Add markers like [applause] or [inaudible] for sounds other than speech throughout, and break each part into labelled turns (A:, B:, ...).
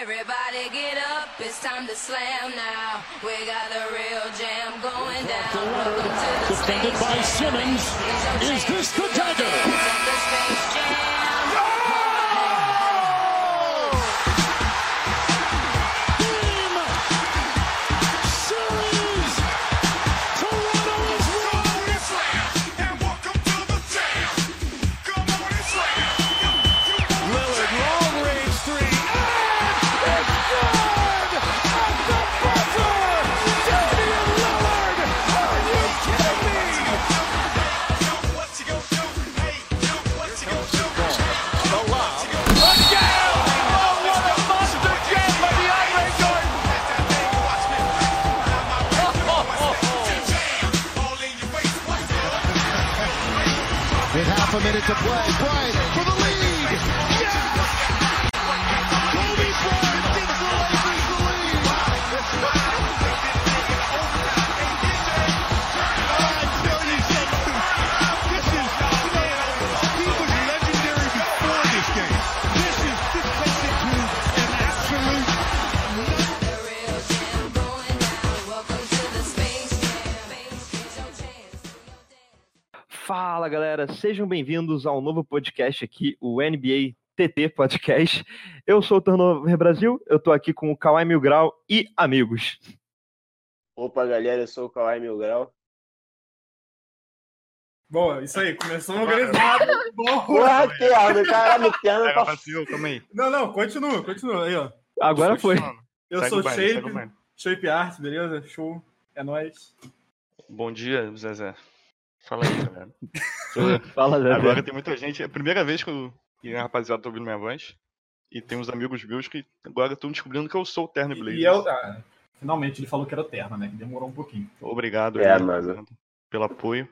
A: Everybody get up, it's time to slam now. We got a real jam going down. Welcome to the
B: Defended
A: Space
B: by
A: Jam.
B: Simmons.
A: Things don't
B: Is
A: change.
B: this the dagger?
A: It's at the Space Jam.
B: Game series. Toronto is winning.
C: Lillard, long range three.
D: With half a minute to play, Bryant for the lead. Yes! Kobe Bryant gives the Lakers the lead. I tell you something. This is he was legendary before this game. This is this takes it to an absolute
A: The real jam going down. Welcome to the Space Jam. Things don't change.
E: Fala galera, sejam bem-vindos ao novo podcast aqui, o NBA TT Podcast. Eu sou o Turnover Brasil, eu tô aqui com o Kawhi Mil Grau e amigos.
F: Opa, galera, eu sou o Kawhi Mil Grau.
G: Boa, isso aí, começou organizado. Bom.
F: Porra, Thiago, caralho, Thiago.
C: Pega
F: tá-
C: vacilo, calma aí.
G: Não, não, continua, continua. Aí, ó.
E: Agora foi.
F: [laughs]
C: Continuando.
G: Eu
C: Segue
G: sou
C: o baile, segue o
G: Shape,
C: baile.
G: Shape Art, beleza? Show. É nóis.
C: Bom dia, Zezé. Fala [laughs] aí, galera. Sou-
E: Fala, Zé.
F: tá
C: Agora tem muita gente. É a primeira vez que, eu, que a rapaziada tá ouvindo minha voz. E tem uns amigos meus que agora estão descobrindo que eu sou o Terno
G: E,
C: Blazer.
G: e eu. ah, finalmente ele falou que era o Terna, né? Que demorou um pouquinho.
C: Obrigado,
F: É,
C: gente,
F: mano.
C: pelo apoio.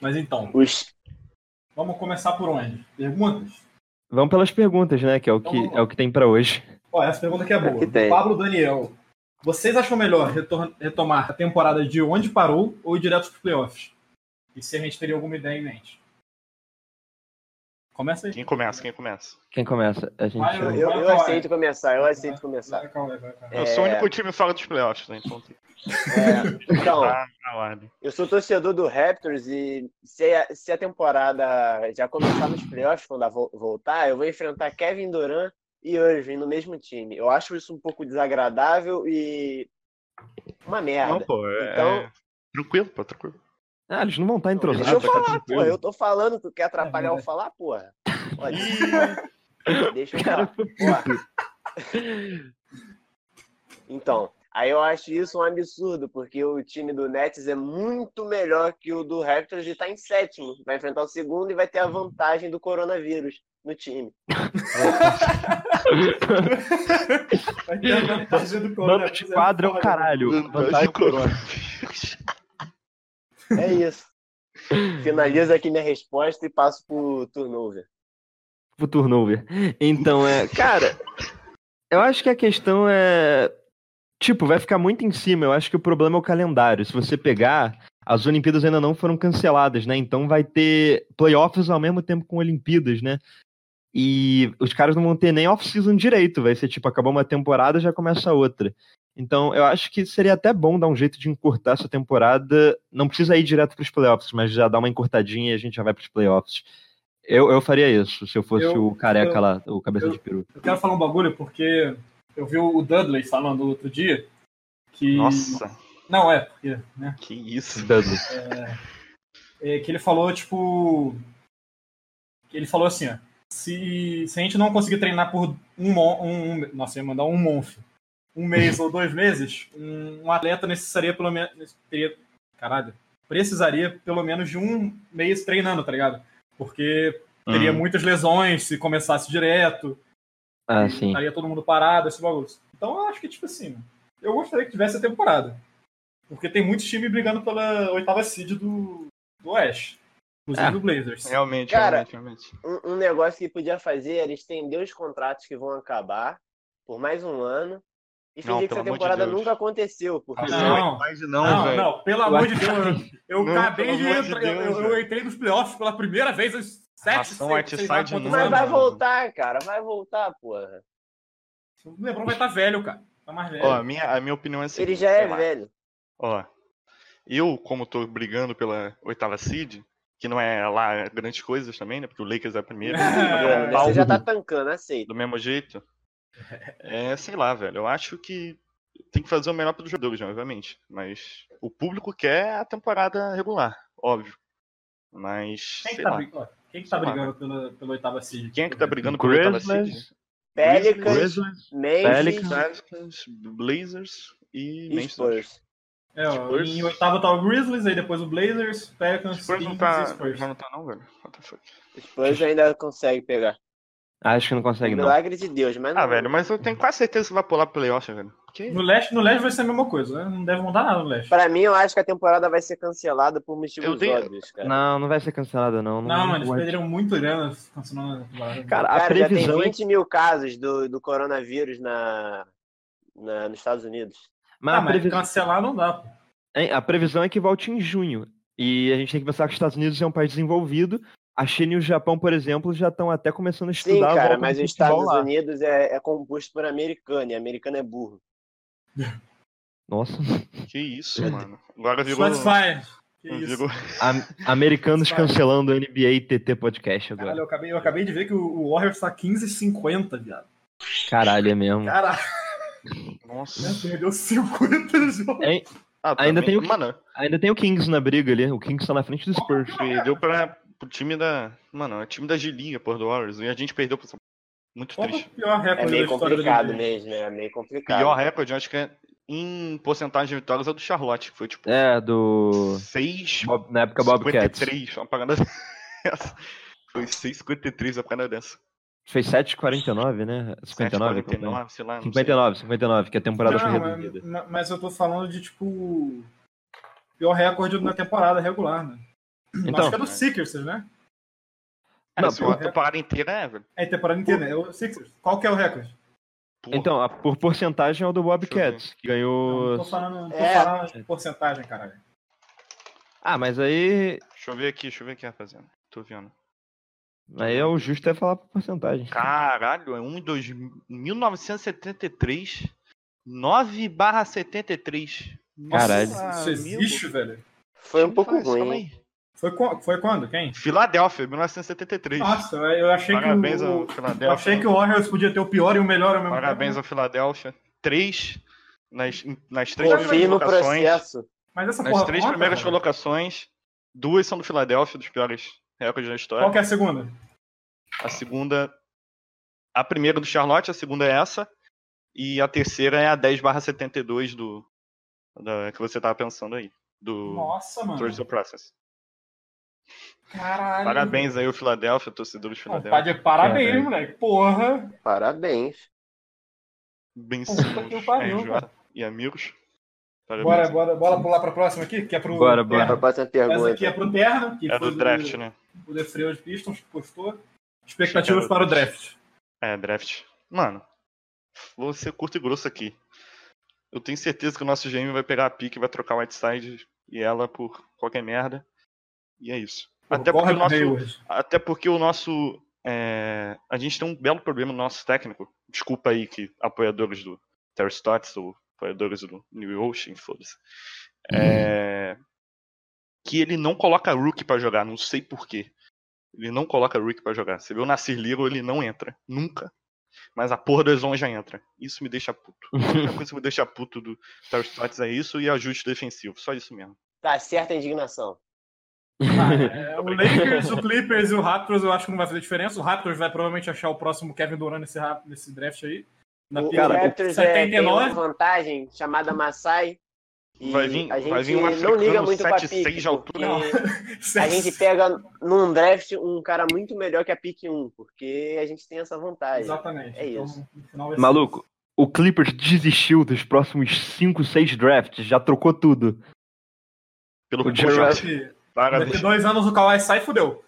G: Mas então,
F: Os...
G: vamos começar por onde? Perguntas?
E: Vamos pelas perguntas, né? Que é o que, é o que tem pra hoje.
G: Ó, essa pergunta aqui é boa.
F: Aqui tem.
G: Pablo Daniel. Vocês acham melhor retor- retomar a temporada de onde parou ou ir direto pros playoffs? E se a gente teria alguma ideia em mente? Começa aí.
C: Quem começa? Quem começa?
E: Quem começa? A gente.
G: Vai,
F: Eu,
G: vai,
F: eu
G: vai.
F: aceito começar, eu aceito
C: É.
F: começar.
G: Vai, Cauê, vai, Cauê.
C: Eu sou o
F: É.
C: único time fora dos playoffs, né? Então tem
F: É, então,
C: tá na ordem.
F: eu sou torcedor do Raptors e se a, se a temporada já começar nos playoffs, quando a vo- voltar, eu vou enfrentar Kevin Durant e Irving no mesmo time. Eu acho isso um pouco desagradável e uma
C: Não,
F: merda.
C: pô. É...
F: Então-
C: Tranquilo, pô, tranquilo.
E: Ah, eles não vão estar entrosados.
F: Deixa eu
E: tá
F: falar,
E: tranquilo.
F: porra. Eu tô falando, tu quer atrapalhar
G: É
F: eu
G: verdade.
F: falar, porra? Ó, desculpa. Deixa eu falar.
E: Cara,
F: Porra. Então, aí eu acho isso um absurdo, porque o time do Nets é muito melhor que o do Raptors e tá em sétimo. Vai enfrentar o segundo e vai ter a vantagem do coronavírus no time.
G: [laughs] Vai ter a vantagem do
E: Bando
G: coronavírus,
E: de
G: é
E: quadra é o
G: foda.
E: caralho. tá Vantagem corona.
F: É isso. Finalizo aqui minha resposta e passo pro turnover.
E: pro turnover. Então, é. Cara, eu acho que a questão é. Tipo, vai ficar muito em cima. Eu acho que o problema é o calendário. Se você pegar, as Olimpíadas ainda não foram canceladas, né? Então vai ter playoffs ao mesmo tempo com Olimpíadas, né? E os caras não vão ter nem off-season direito. Vai ser tipo, acabou uma temporada, já começa outra. Então, eu acho que seria até bom dar um jeito de encurtar essa temporada. Não precisa ir direto pros playoffs, mas já dá uma encurtadinha e a gente já vai pros playoffs. Eu, eu faria isso, se eu fosse
G: Eu-
E: o careca
G: eu-
E: lá, o cabeça
G: eu-
E: de peru.
G: Eu quero falar um bagulho porque eu vi o Dudley falando outro dia que.
C: Nossa,
G: Não, é, porque, né?
C: que isso.
E: Dudley.
G: É que ele falou, tipo. que Ele falou assim, ó. Se, se a gente não conseguir treinar por um, mon- um, um- Nossa, eu ia mandar um month. Um mês ou dois meses, um, um atleta necessaria pelo menos. Teria, caralho. Precisaria pelo menos de um mês treinando, tá ligado? Porque teria muitas lesões se começasse direto.
E: Ah,
G: E
E: sim.
G: Estaria todo mundo parado, esse bagulho. Então eu acho que, tipo assim, eu gostaria que tivesse a temporada. Porque tem muitos times brigando pela oitava seed do, do Oeste. Inclusive
E: É.
G: do Blazers.
C: Realmente,
F: Cara,
C: realmente, realmente.
F: um, um negócio que podia fazer era estender os contratos que vão acabar por mais um ano e
C: Não,
F: fingir que
C: pelo
F: essa
C: amor de
F: temporada
C: Deus.
F: nunca aconteceu. Porque
G: Não.
C: Mas
G: Não,
C: Ah, não,
G: não,
C: velho.
G: pelo amor de Deus. Eu
C: Não,
G: acabei
C: pelo
G: de
C: amor de
G: entrar. eu-
C: Deus,
G: eu, eu entrei nos playoffs pela primeira vez há Sete,
C: Ração
G: seis, seis,
C: Whiteside
G: quantos
C: não é
F: Mas vai
G: anos?
C: nada.
F: voltar, cara. Vai voltar, porra.
G: O Lebron vai estar velho, cara. Tá mais velho.
C: Ó, a minha, a minha opinião é assim.
F: Ele já é
C: sei lá.
F: velho.
C: Ó, eu, como tô brigando pela oitava seed, que não é lá grandes coisas também, né? Porque o Lakers é a primeira.
G: [laughs] É,
C: é,
F: Você já tá tancando, aceita.
C: do mesmo jeito. É, sei lá, velho. Eu acho que tem que fazer o melhor pelos jogadores, né, obviamente. Mas o público quer a temporada regular, óbvio. Mas.
G: Quem que
C: sei
G: tá,
C: lá.
G: bri- ó, quem que tá
C: Sei lá,
G: brigando pela, pela oitava seed?
C: Quem é que tá brigando pela oitava seed?
E: Grizzlies,
F: Pelicans,
E: Grizzlies, Pelicans,
F: Memphis
C: Blazers, Blazers e
F: e
C: Manchester.
F: Spurs.
G: É, ó,
C: Spurs?
G: em oitavo tá o Grizzlies, aí depois o Blazers, Pelicans,
C: Spurs
G: Kings
C: não
G: e
C: tá.
G: Spurs.
C: Já não tá, não, velho. What the fuck?
F: Spurs ainda consegue pegar.
E: acho que não consegue não.
F: Milagre de Deus, mas não.
C: Ah, velho, mas eu tenho quase certeza que vai pular pro playoff, velho. Porque
G: No leste, no leste vai ser a mesma coisa, né? Não deve mudar nada no leste.
F: Pra mim, eu acho que a temporada vai ser cancelada por
C: Eu
F: motivos
C: dei-
F: óbvios, cara.
E: Não, não vai ser cancelada não.
G: Não, mano, eles
E: vai-
G: perderam muito grana cancelando a temporada.
E: Cara, a
F: Cara, já
E: previsão
F: tem
E: é
F: 20 mil casos do, do coronavírus na, na- nos Estados Unidos.
E: mas
G: Ah,
E: a
G: mas
E: previsão-
G: cancelar não dá. pô.
E: hein, a previsão é que volte em junho. E a gente tem que pensar que os Estados Unidos é um país desenvolvido. A China e o Japão, por exemplo, já estão até começando a
F: Sim,
E: estudar a
F: cara,
E: volta
F: mas
E: do
F: os
E: futebol
F: Estados
E: lá.
F: Unidos é, é composto por americano, e americano é burro.
E: Nossa,
C: que isso, mano. Agora virou.
G: Shots fired. Que isso.
C: virou-
E: a- americanos
G: Vai.
E: cancelando o NBA TT podcast
G: Caralho,
E: agora.
G: eu acabei, eu acabei de ver que o, o Warriors tá 15,50, viado.
E: Caralho, é mesmo.
G: Caralho, né?
C: Nossa.
G: perdeu 50 jogos.
E: Hein,
C: Ah,
E: Ainda tem o-
C: Mano,
E: Ainda tem o Kings na briga ali. O Kings tá na frente do Spurs.
C: Perdeu pra, pro time da. Mano, é o time da Gilinha, porra, do Warriors. E a gente perdeu pro São Paulo. Muito
G: Qual o
C: triste.
G: pior
F: É
G: recorde
F: meio
G: da história do
F: complicado
G: NBA?
F: mesmo, é meio
C: O
F: complicado.
C: pior recorde, eu acho que é em porcentagem de vitórias é o do Charlotte, que foi tipo
E: É, do.
C: 6
E: Bob- na época Bobcats.
C: 53, uma parada [laughs] dessa. Foi 6,53 uma parada dessa.
E: Fez 7,49, né? 59, 59,
C: 7,49, sei lá. Não
E: 59, 59, que é a temporada foi
G: Não, mas-
E: reduzida.
G: ma- mas eu tô falando de, tipo, pior recorde na temporada regular, né? Acho
E: Então,
G: que é do Sixers, né?
C: Sei.
E: Não,
C: Não,
E: pô.
C: a temporada inteira é, velho.
G: É temporada inteira, né? É o Sixers. Qual que é o recorde?
C: Porra.
E: então a, por porcentagem é o do
C: Deixa
E: Bobcats, que ganhou.
G: Não tô falando, não tô
F: É.
G: falando de porcentagem, caralho.
E: Ah, mas aí.
C: Deixa eu ver aqui, deixa eu ver aqui, rapaziada. Tô vendo.
E: Aí é o justo é falar por porcentagem.
C: Caralho, é 1 2 1973. 9 barra 73.
E: Caralho.
C: Nossa, é
G: Isso existe, velho?
F: Foi um pouco
C: Faz,
F: ruim.
C: calma
F: hein?
C: aí.
G: Foi, qu- foi quando? Quem?
C: Filadélfia, 1973.
G: Nossa, eu achei
C: Parabéns
G: que
C: ao
G: o...
C: Filadélfia.
G: Eu achei que o Warriors podia ter o pior e o melhor ao mesmo
C: Parabéns
G: tempo.
C: ao Filadélfia. Três nas, nas três
F: Confie
C: primeiras
F: no
C: colocações.
F: processo.
G: Mas essa
C: Nas
G: porra
C: três
G: conta,
C: primeiras
G: velho?
C: colocações, duas são do Filadélfia, dos piores recordes da história.
G: Qual que é a segunda?
C: A segunda. A primeira do Charlotte, a segunda é essa. E a terceira é a 10 72 do. da- que você tava pensando aí. Do
G: Nossa, mano.
C: Tourist Process.
G: Caralho.
C: Parabéns aí ao Filadélfia, torcedor do
G: Não,
C: Filadélfia.
G: tá de parabéns,
E: Caralho.
G: moleque. Porra.
F: Parabéns.
C: Ben
G: Puta
C: Simmons,
G: que pariu,
C: RJ e amigos.
G: Bora,
C: Parabéns.
G: bora, bora pular pra próxima aqui, que é pro.
E: Bora,
G: Terno.
F: Pra
E: bora.
G: Essa
F: próxima
G: aqui é
F: pergunta.
G: pro Terno, que
C: É
G: foi
C: do draft, né?
G: o Defreu de Pistons, que postou. Expectativas
C: Achei que era
G: para o
C: do draft.
G: draft.
C: É, draft. Mano, vou ser curto e grosso aqui. Eu tenho certeza que o nosso GM vai pegar a pique, vai trocar o Whiteside e ela por qualquer merda. E é isso. Até porque,
G: Porra,
C: o nosso,
G: Hayward.
C: até porque o nosso. é, a gente tem um belo problema no nosso técnico. Desculpa aí que apoiadores do Terry Stotts ou apoiadores do New Ocean, foda-se. É, que ele não coloca Rookie pra jogar, não sei porquê. Ele não coloca Rookie pra jogar. Você vê o Nasir Little, ele não entra. Nunca. Mas a porra do Exon já entra. Isso me deixa puto. A única coisa que me deixa puto do Terry Stotts é isso e ajuste defensivo. Só isso mesmo.
F: Tá certa a indignação.
G: Ah, [laughs] é, o Lakers, o Clippers e o Raptors eu acho que não vai fazer diferença. O Raptors vai provavelmente achar o próximo Kevin Durant nesse, rap- nesse draft aí. Na
F: O,
G: pick
F: o Raptors é, tem uma
G: 79.
F: vantagem chamada Masai. E
C: Vai vir-
F: a gente
C: vai vir um
F: não liga
C: africano
F: muito pra
C: 7'6
F: pique,
C: de altura.
F: porque-
G: Sete-
F: um- a
G: [laughs]
F: gente pega num draft um cara muito melhor que a pick 1, porque a gente tem essa vantagem.
G: Exatamente.
F: É
G: Então,
F: isso.
G: no final vai ser-
E: Maluco, o Clippers desistiu dos próximos 5, 6 drafts, já trocou tudo.
C: Pelo
E: O
C: Pujol.
E: Gerard-
G: Daqui daqui
C: Parabéns.
G: dois anos o Kawhi sai e fudeu.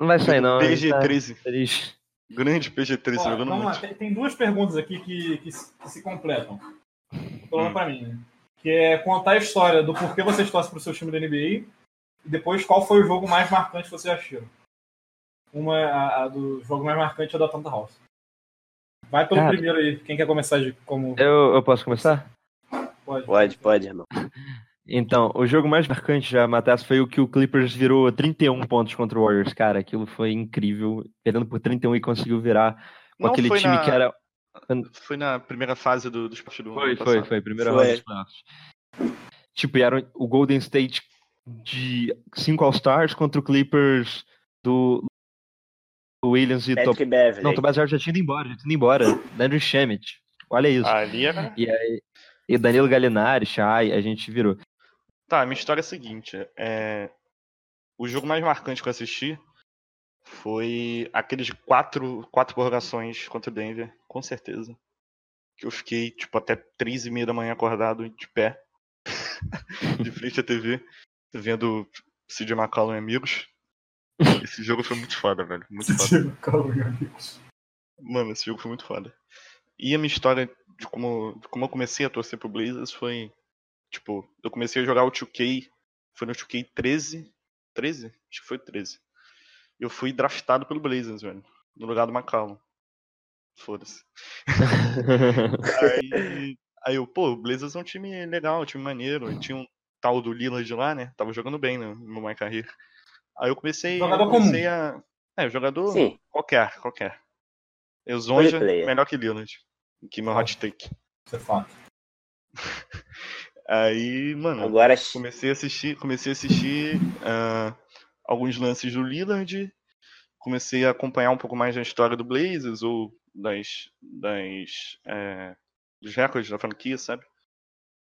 E: Não vai sair, não. ele tá
C: PG13.
E: feliz.
C: Grande PG13
G: Ó,
C: jogando
G: vamos
C: muito.
G: lá, tem, tem duas perguntas aqui que, que, se- que se completam. Pelo menos
C: Hum.
G: pra mim, né? Que é contar a história do porquê vocês torcem pro seu time da NBA e depois qual foi o jogo mais marcante que vocês acharam. Uma, a, a do jogo mais marcante é da Atlanta House. Vai pelo
E: Cara. É.
G: primeiro aí. Quem quer começar de como
E: Eu, eu posso começar?
G: pode?
F: Pode, pode, irmão.
E: Então, o jogo mais marcante já, Matheus, foi o que o Clippers virou 31 pontos contra o Warriors. Cara, aquilo foi incrível. Perdendo por 31 e conseguiu virar com
C: Não
E: aquele
C: foi
E: time
C: na-
E: que era
C: Foi na primeira fase do, do esporte do
E: Foi,
C: ano
E: foi,
C: passado.
E: foi. Primeira
F: Foi.
E: rodada dos playoffs. Tipo, e era o Golden State de 5 All-Stars contra o Clippers do Williams e Top.
F: Patrick Beverly.
E: Não, Tobias Harris já tinha ido embora, já tinha ido embora. Landry Schemmett. Olha isso.
C: Ali é era...
E: E aí, e Danilo Gallinari, Shai, a gente virou.
C: Tá, minha história é a seguinte. é, O jogo mais marcante que eu assisti foi aqueles quatro, quatro prorrogações contra o Denver, com certeza. Que eu fiquei, tipo, até três e meia da manhã acordado, de pé, [laughs] de frente à TV, vendo Cid McCollum e amigos. Esse jogo foi muito foda, velho. Muito foda.
G: [laughs] Calma, meu amigos.
C: Mano, esse jogo foi muito foda. E a minha história de como, de como eu comecei a torcer pro Blazers foi. Tipo, eu comecei a jogar o 2K. Foi no 2K 13. 13? Acho que foi 13. Eu fui draftado pelo Blazers, velho. No lugar do McCallum.
G: [laughs]
C: Foda-se. Aí, aí eu, pô, o Blazers é um time legal, um time maneiro. E tinha um tal do Lillard lá, né? Tava jogando bem né, no My Career. Aí eu comecei,
G: Jogador
C: eu
G: comum.
C: comecei a. É, jogador
F: Sim,
C: Qualquer, qualquer. Eu Zonja,
F: player.
C: melhor que Lillard. Que meu hot take.
G: Isso é fato.
C: Aí, mano,
F: agora
C: comecei a assistir, comecei a assistir ah, alguns lances do Lillard. Comecei a acompanhar um pouco mais da história do Blazers ou das, das eh, dos recordes da franquia, sabe?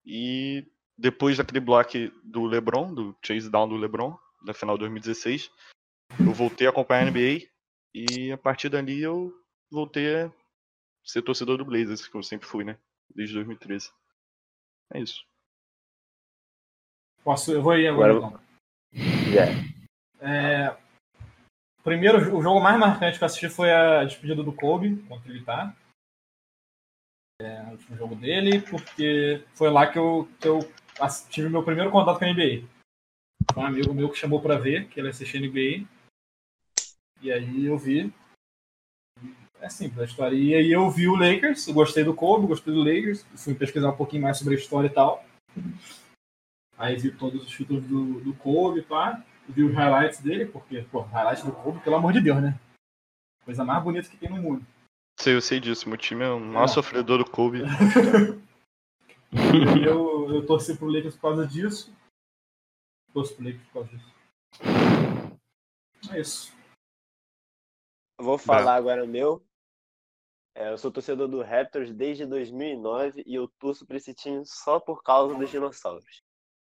C: E depois daquele bloco do LeBron, do chase down do LeBron, da final de 2016, eu voltei a acompanhar a NBA e a partir dali eu voltei a ser torcedor do Blazers, que eu sempre fui, né? Desde 2013. É isso.
G: Posso, eu vou ir agora.
F: Agora-
G: então.
F: já.
G: É, primeiro, o jogo mais marcante que eu assisti foi a despedida do Kobe, contra ele tá. É, o último jogo dele, porque foi lá que eu, que eu ass- tive meu primeiro contato com a NBA. Foi um amigo meu que chamou pra ver, que ele assistia NBA. E aí eu vi. É simples a história. E aí eu vi o Lakers, eu gostei do Kobe, gostei do Lakers, fui pesquisar um pouquinho mais sobre a história e tal. Aí vi todos os títulos do, do Kobe, pá vi os highlights dele, porque, pô, highlights do Kobe, pelo amor de Deus, né? Coisa mais bonita que tem no
C: [laughs]
G: mundo.
C: Sei, eu sei disso. Meu time é o maior
G: Não.
C: sofredor do Kobe.
G: eu, eu torci pro Lakers por causa disso. Torci pro Lakers por causa disso. É
C: [laughs]
G: isso.
F: Eu Vou falar agora o meu. É, eu sou torcedor do Raptors desde 2009 e eu torço pra esse time só por causa dos dinossauros.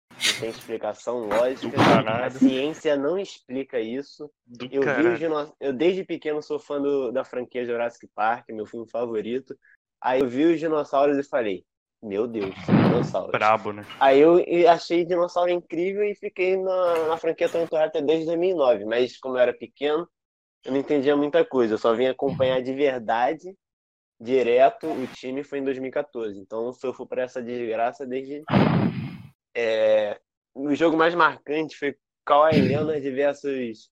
F: Não tem explicação lógica,
C: Do
F: a
C: caralho.
F: ciência não explica isso.
C: [laughs] Do
F: Eu, vi os
C: caralho.
F: dinoss... eu desde pequeno sou fã do- da franquia Jurassic Park, meu filme favorito. Aí eu vi os dinossauros e falei, meu Deus, dinossauros.
C: Brabo, né?
F: Aí eu e- achei dinossauro incrível e fiquei na, na franquia Toronto Raptor desde 2009. Mas como eu era pequeno, eu não entendia muita coisa. Eu só vim acompanhar de verdade, direto, o time foi em 2014. Então eu sofro por essa desgraça desde... É, o jogo mais marcante foi Kawhi Leonard versus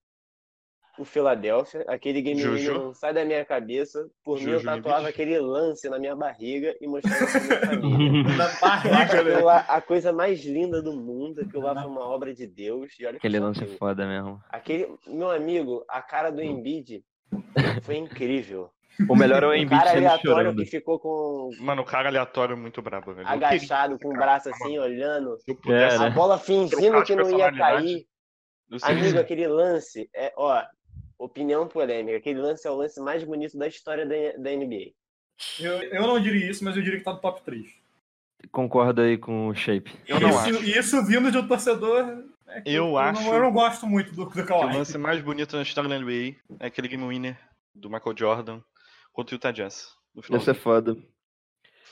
F: o Philadelphia. Aquele game
C: Juju.
F: winner não sai da minha cabeça. Por mim, eu
C: Juju
F: tatuava
C: Embiid.
F: aquele lance na minha barriga e mostrava pra minha
C: [laughs]
F: família.
G: Na
F: Eu acho
G: barriga, né?
F: aquilo lá a coisa mais linda do mundo, aquilo lá foi uma obra de Deus. E olha que
E: Aquele
F: eu só
E: lance é
F: tenho.
E: foda mesmo.
F: Aquele, meu amigo, a cara do Embiid foi incrível.
E: O melhor é o
F: O
E: Embiid
F: cara
E: sendo
F: aleatório
E: chorando.
F: que ficou com
C: Mano, o cara aleatório é muito brabo, velho. Eu queria,
F: agachado, com o braço assim, olhando,
C: se eu pudesse,
E: É,
F: a
E: né?
F: bola
C: Trocar
F: fingindo
C: de
F: que não ia
C: personalidade.
F: cair.
C: eu seria-
F: Amigo, aquele lance é, ó, opinião polêmica. Aquele lance é o lance mais bonito da história da, da NBA.
G: Eu, eu não diria isso, mas eu diria que tá no top 3.
E: Concordo aí com o Shape.
C: Eu não
G: isso,
C: acho.
G: e isso vindo de um torcedor. é que
C: Eu
G: não-
C: acho
G: eu não gosto muito do, do
C: que o
G: Kawhi.
C: lance mais bonito na história da NBA é aquele game winner do Michael Jordan contra o Utah Jazz. No final.
E: Isso é foda.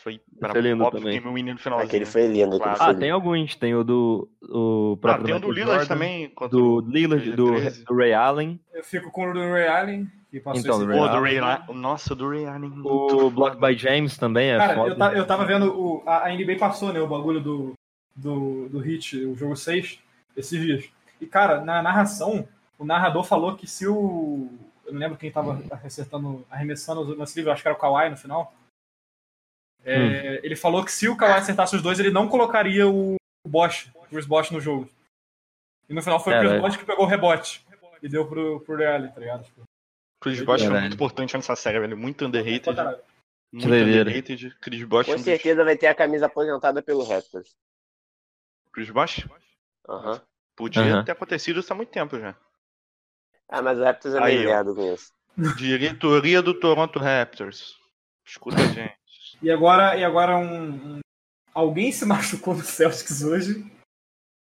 C: Foi brabo.
E: é lindo
C: Óbvio,
E: também.
C: game winner no finalzinho.
F: Aquele foi lindo. Aquele
C: Claro.
F: foi
E: Ah,
F: lindo.
E: tem alguns. Tem o do né? o
C: Ah,
E: próprio
C: tem o do
E: Michael
C: Lillard
E: Jordan,
C: também. contra
E: Do
C: o-
E: Lillard, do,
C: 13.
E: do Ray Allen.
G: Eu fico com o do Ray Allen, que passou
E: Então,
G: esse
E: do
C: Pô,
E: Ray
C: do
E: Allen.
C: Ray Allen. Nossa, do Ray Allen. é
E: O Block by James também é
G: Cara,
E: foda.
G: eu, ta- eu tava vendo. O, a, a NBA passou, né? O bagulho do, do, do Hit, o jogo 6, esses dias. E, cara, na narração, o narrador falou que se o, Eu não lembro quem tava
E: Uhum.
G: acertando, arremessando os lances livres, eu acho que era o Kawhi no final. É,
E: Hum.
G: Ele falou que se o Kawhi acertasse os dois, ele não colocaria o Bosch, o Chris Bosch no jogo. E no final foi o Chris
E: Caralho.
G: Bosch que pegou o rebote e deu pro, pro Real, tá ligado? Tipo,
C: Chris Bosh foi
E: Caralho.
C: muito importante nessa série, velho. Muito
G: pra
C: underrated.
G: caralho.
C: Muito
E: doideira.
C: underrated. Chris Bosh. é um
F: Com certeza vai ter a camisa aposentada pelo Raptors.
C: Chris Bosh?
F: Aham.
C: Podia
E: Aham.
C: ter acontecido isso há muito tempo já.
F: Ah, mas o Raptors é
C: Aí,
F: meio
C: ó.
F: viado com isso.
C: Diretoria do Toronto Raptors.
E: [laughs]
C: Escuta a gente.
G: E agora, e agora um, um- alguém se [laughs] machucou no Celtics hoje.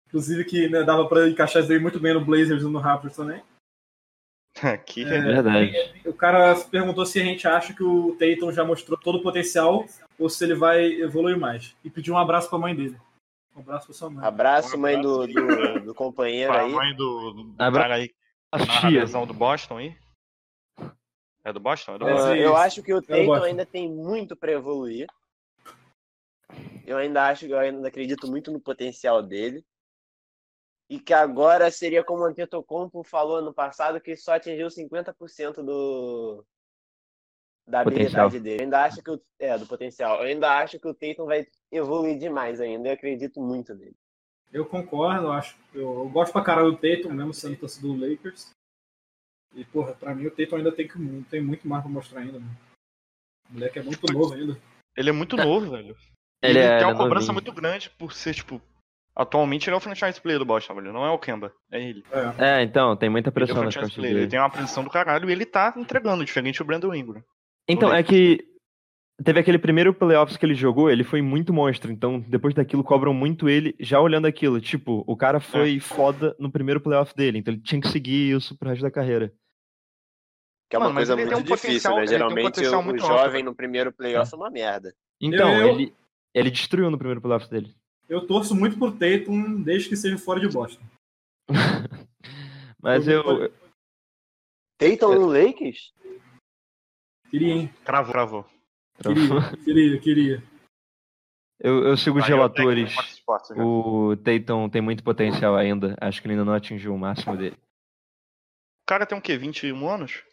G: Inclusive que né, dava pra encaixar isso aí muito bem no Blazers e no Raptors também.
C: Aqui
E: É verdade.
G: O cara perguntou se a gente acha que o Tatum já mostrou todo o potencial ou se ele vai evoluir mais. E pediu um abraço pra mãe dele. Um abraço pra sua mãe.
F: Abraço, mãe do, do, do companheiro
C: a
F: aí.
C: Um mãe do, do
E: Abra-
C: cara aí que
E: As
C: tá na
E: tias.
C: lesão do Boston aí. É do Boston? É do
G: É,
C: Boston.
F: Ah, eu acho que o Tatum
G: gosto.
F: ainda tem muito pra evoluir. Eu ainda acho, eu ainda acredito muito no potencial dele. E que agora seria como o Antetokounmpo falou ano passado, que só atingiu 50% do da
E: Potencial.
F: habilidade dele. Eu ainda acho que o, é, do potencial. Eu ainda acho que o Tatum vai evoluir demais ainda. Eu acredito muito nele.
G: Eu concordo, eu acho. Eu, eu gosto pra caralho do Tatum, mesmo sendo torcedor do Lakers. E, porra, pra mim o Tatum ainda tem, que, mu- tem muito mais pra mostrar ainda, mano. O moleque é muito novo ainda.
C: Ele é muito novo, velho.
E: Ele é.
C: tem
E: ele é
C: uma cobrança
E: novinho.
C: muito grande por ser, tipo. Atualmente ele é o franchise player do Boston, velho. Não é o Kemba. É ele.
G: É.
E: É, então, tem muita
C: Ele é o
E: pressão nas
C: franchise
E: costas
C: player. Ele
E: dele.
C: tem uma pressão do caralho e ele tá entregando, diferente do Brandon Ingram.
E: Então,
C: Não
E: é que teve aquele primeiro playoffs que ele jogou, ele foi muito monstro. Então, depois daquilo, cobram muito ele já olhando aquilo. Tipo, o cara
C: É.
E: foi foda no primeiro playoff dele, então ele tinha que seguir isso pro resto da carreira.
F: Que é uma
C: Mano, mas
F: coisa
C: ele tem
F: muito
C: um
F: difícil,
C: potencial-
F: né?
C: ele tem um
F: Geralmente
C: potencial
F: o- o
C: muito alto, né?
F: jovem no primeiro playoff é uma merda.
E: Então,
G: Eu- eu-
E: ele, ele destruiu no primeiro playoff dele.
G: Eu torço muito pro Tatum, desde que seja fora de Boston.
E: Mas
G: Eu-
E: eu,
F: Tatum no Lakers?
G: Queria, hein?
C: Cravou, cravou.
G: Queria, queria, queria.
E: [laughs] eu, eu sigo os
C: Aí, é ó,
E: relatores.
C: Fox Sports, já.
E: O Tatum tem muito potencial ainda. Acho que ele ainda não atingiu o máximo dele.
C: O cara tem o quê? 21 anos?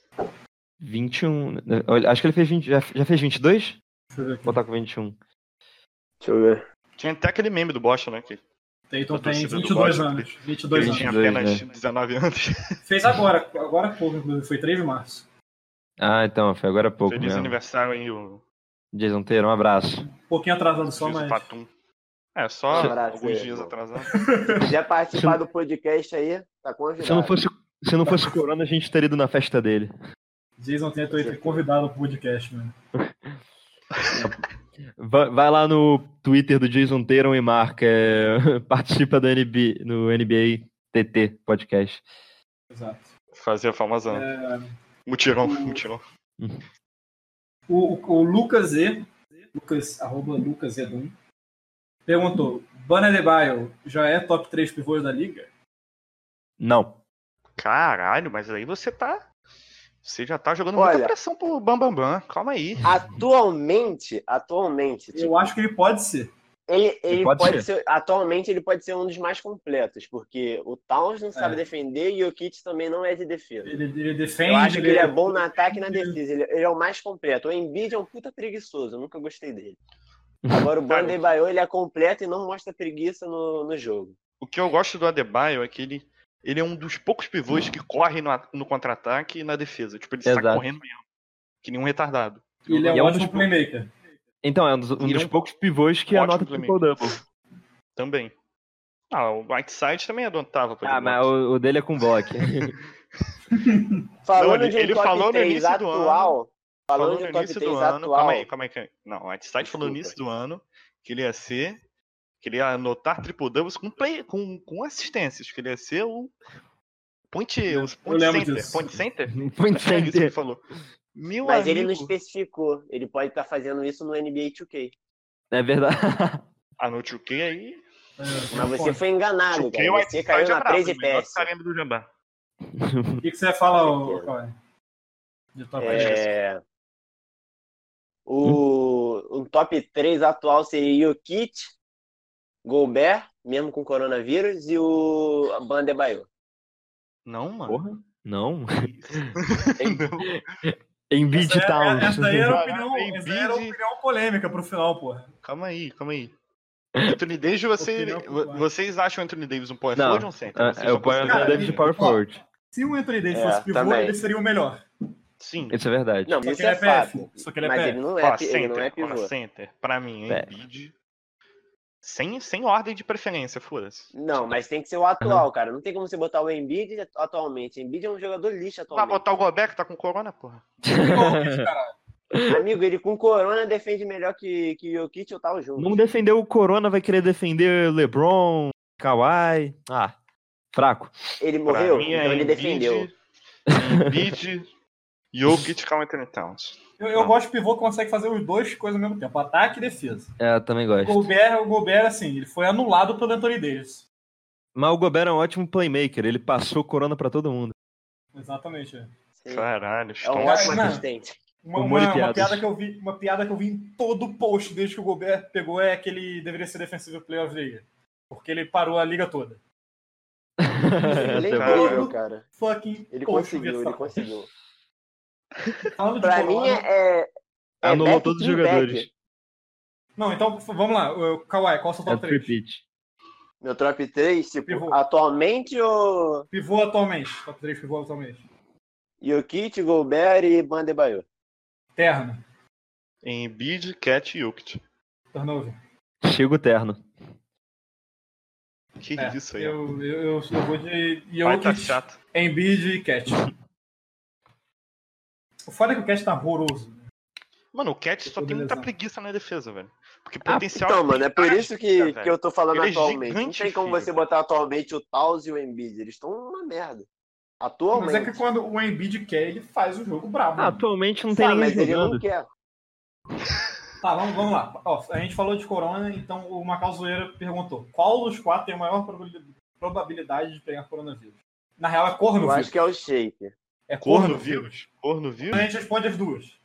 E: 21. né? Olha, Acho que ele fez 20, já, já fez 22?
G: Deixa eu ver aqui.
E: Vou botar com 21.
F: Deixa eu ver.
C: Tinha até aquele meme do Boston, né? Que que
G: Tatum
C: Eu tô
G: tem
C: seguindo
G: 22
C: Boston,
G: anos. 22
C: ele
G: anos.
C: tinha
E: 22,
C: apenas 19 anos.
G: Fez agora, agora há pouco, inclusive. Foi 3 de março.
E: Ah, então, foi agora há pouco
C: Feliz
E: mesmo.
C: aniversário aí, o
E: Jason Taylor, um abraço.
G: Um pouquinho atrasado só,
C: Jason
G: mas.
C: Tatum. É, só
F: Um abraço,
C: alguns
F: é,
C: dias
F: irmão.
C: atrasado.
F: Se quiser participar do podcast aí, tá convidado.
E: Se não fosse, se não fosse Corona, a gente teria ido na festa dele.
G: Jason tem Twitter convidado pro podcast, mano.
E: Va- Vai lá no Twitter do Jason Taylor e marca. é, [laughs] participa do NB, no NBA TT podcast.
G: Exato.
C: Fazia a famosa. Mutirão, mutirão.
G: O, o, o Lucas E, Lucas, arroba Lucas Edum, perguntou: Bana de Baio já é top 3 pivôs da liga?
E: Não.
C: Caralho, mas aí você tá. Você já tá jogando
F: Olha.
C: muita pressão pro Bam Bam Bam. Calma aí.
F: Atualmente, atualmente, tipo,
G: Eu acho que ele pode ser.
F: ele, ele
E: pode
F: pode, ser. Atualmente ele pode ser um dos mais completos, porque o Towns não
C: É.
F: sabe defender e o Kit também não é de defesa.
G: Ele, ele defende.
F: Eu acho que ele é bom no
G: na
F: ataque e na defesa. Ele, ele é o mais completo. O Embiid é um puta preguiçoso, eu nunca gostei dele.
C: [laughs]
F: Agora o
C: Cara,
F: Bandei Bayo ele é completo e não mostra preguiça no, no jogo.
C: O que eu gosto do Adebayo é que ele, ele é um dos poucos pivôs que corre no, a- no contra-ataque e na defesa. Tipo, ele sai
E: Exato.
C: correndo mesmo. Que nem um retardado.
G: Ele é
E: E é
G: um
E: um
G: ótimo
E: dos-
G: playmaker.
E: Então, é um dos, um
C: Ele é
E: dos
C: um
E: poucos pivôs que
C: ótimo
E: anota
C: implemento.
E: triple double.
C: Também. Ah, o Whiteside também adotava pra
E: Ah, mas o, o dele é com [laughs] block.
F: Falando
C: ele-
F: de um
C: ele
F: top
C: falou no
F: 3
C: início do
F: atual.
C: falou
F: Falando de
C: no
F: um top
C: início
F: 3
C: do ano.
F: atual.
C: Calma aí, calma aí. calma aí. Não, o Whiteside falou no
F: Desculpa.
C: início do ano que ele ia ser. Que ele ia anotar triple doubles com, play, com, com assistências. Que ele ia ser o. Point, os point
G: lembro
C: center.
G: disso.
C: Point
G: [laughs]
C: center?
E: Point
C: Acho que é isso que ele
E: center.
C: falou. Meu
F: Mas ele
C: um amigo.
F: não especificou. Ele pode estar fazendo isso no NBA 2K.
E: É verdade.
C: Ah, no 2K aí.
G: É,
F: Mas você
G: foda.
F: foi enganado,
C: 2K,
F: cara.
C: o
F: Você
C: Whiteside
F: Ah, caiu
C: é
F: na
C: brabo,
F: 3
C: o melhor
F: IPS.
C: caramba do Jabá.
G: O que, que você ia falar, ô,
F: Certeza.
G: Cauê? De top três?
F: É... O... o top 3 atual seria o Kit, Gobert, mesmo com coronavírus, e o Bandebaio.
C: Não, mano.
E: Porra. Não.
C: Não.
E: Embiid
G: Essa,
E: Towns.
G: é, essa daí era
C: Vai,
G: opinião,
C: vai,
G: essa era
C: Embiid.
G: opinião polêmica pro final, porra.
C: [laughs] Calma aí, calma aí. Anthony Davis, você,
G: Opinião popular.
C: vocês acham o Anthony Davis um power
E: Não.
C: forward ou um center?
E: Ah,
C: Vocês
E: Eu
C: já
E: ponho o
C: consideram?
E: Anthony Davis de Power Forward.
G: Se o Anthony Davis
F: É,
G: fosse pivô,
F: também.
G: ele seria o melhor.
C: Sim.
E: Isso é verdade.
G: Só
F: Não,
G: que
F: isso
G: ele
F: é,
G: é PF,
F: fato.
G: só que ele é
F: mas
G: PF.
F: ele não
C: Ó,
F: é, pi- ele
C: center,
F: não é
C: ó,
F: pivô.
C: center, pra mim,
E: É.
C: Embiid. Sem, sem ordem de preferência, foda-se.
F: Não, mas tem que ser o atual,
C: Uhum.
F: cara. Não tem como você botar o Embiid atualmente. Embiid é um jogador lixo
C: Vai
F: atualmente.
C: botar o Gobert que tá com corona, porra.
F: é.
C: tá
F: Amigo, ele com corona defende melhor que, que o Jokic ou tal junto.
E: Não defendeu o Corona, vai querer defender LeBron, Kawhi. Ah, fraco.
F: Ele
C: Pra
F: morreu,
C: mim, é
F: então ele
C: Embiid,
F: defendeu.
C: Embiid,
F: [laughs]
C: Jokic, Carl Anthony Towns.
G: Eu, eu gosto de pivô que consegue fazer os dois coisas ao mesmo tempo, ataque e defesa.
E: É, eu também
G: O
E: gosto.
G: Gobert, o Gobert, assim, ele foi anulado pelo Anthony Davis.
E: Mas o Gobert é um ótimo playmaker, ele passou Corona pra todo [laughs] mundo.
G: Exatamente. é.
F: Sim.
C: Caralho,
F: É um
C: Stones.
G: Cara,
F: ótimo
G: não.
F: assistente.
G: Uma,
E: Humor e
G: uma- uma
E: piadas.
G: piada que eu vi, uma piada que eu vi em todo post desde que o Gobert pegou é que ele deveria ser defensivo player of the year. Porque ele parou a liga toda.
F: Ele é
E: Até
C: Cara.
E: bom.
F: incrível, cara.
G: Fucking
F: Ele
G: post
F: conseguiu,
G: dessa-
F: ele conseguiu.
G: Falando de
F: Pra
G: Colorado-
F: mim é. é- é
E: Anulou
F: back
E: todos os
F: to back.
E: jogadores.
G: Não, então f- vamos lá. o- o Kawhi, qual é o seu
E: É
G: top 3?
E: repeat.
F: Meu top 3, tipo,
G: Pivô.
F: atualmente o
G: Pivô atualmente. Top 3 pivô atualmente.
F: Jokic, Gobert e Bandebaio.
G: Terno,
C: Embiid, Cat e Jokic.
G: turnover.
E: Chega o terno.
C: Que
G: É,
C: isso aí. ó.
G: eu, eu, eu, eu vou de
C: Vai tá
G: Jokic,
C: chato.
G: Embiid e Cat. O foda é que o Cat tá horroroso.
C: Mano, o Cat só
G: Tudo
C: tem muita
G: lesão.
C: preguiça na defesa, velho. Porque
E: Ah,
C: potencial.
F: Então, mano, é por isso que,
C: velho.
F: que eu tô falando
C: Ele é
F: atualmente. Não
C: gigante,
F: tem como
C: filho.
F: você botar atualmente o Taus e o Embiid. Eles estão uma merda.
G: Mas
F: Atualmente.
G: é que quando o Embiid quer, ele faz o jogo brabo.
E: Ah, atualmente não tem
F: Ah,
E: ninguém
F: mas ele
E: jogando.
F: não quer.
G: Tá, vamos, vamos lá. Ó, a gente falou de corona, então o Macau Zoeira perguntou qual dos quatro tem a maior probabil- probabilidade de pegar coronavírus? Na real, é
F: Eu
G: cornovírus.
F: acho que é o Shaker.
G: É cornovírus.
C: Cornovírus? Cornovírus?
G: A gente responde as duas.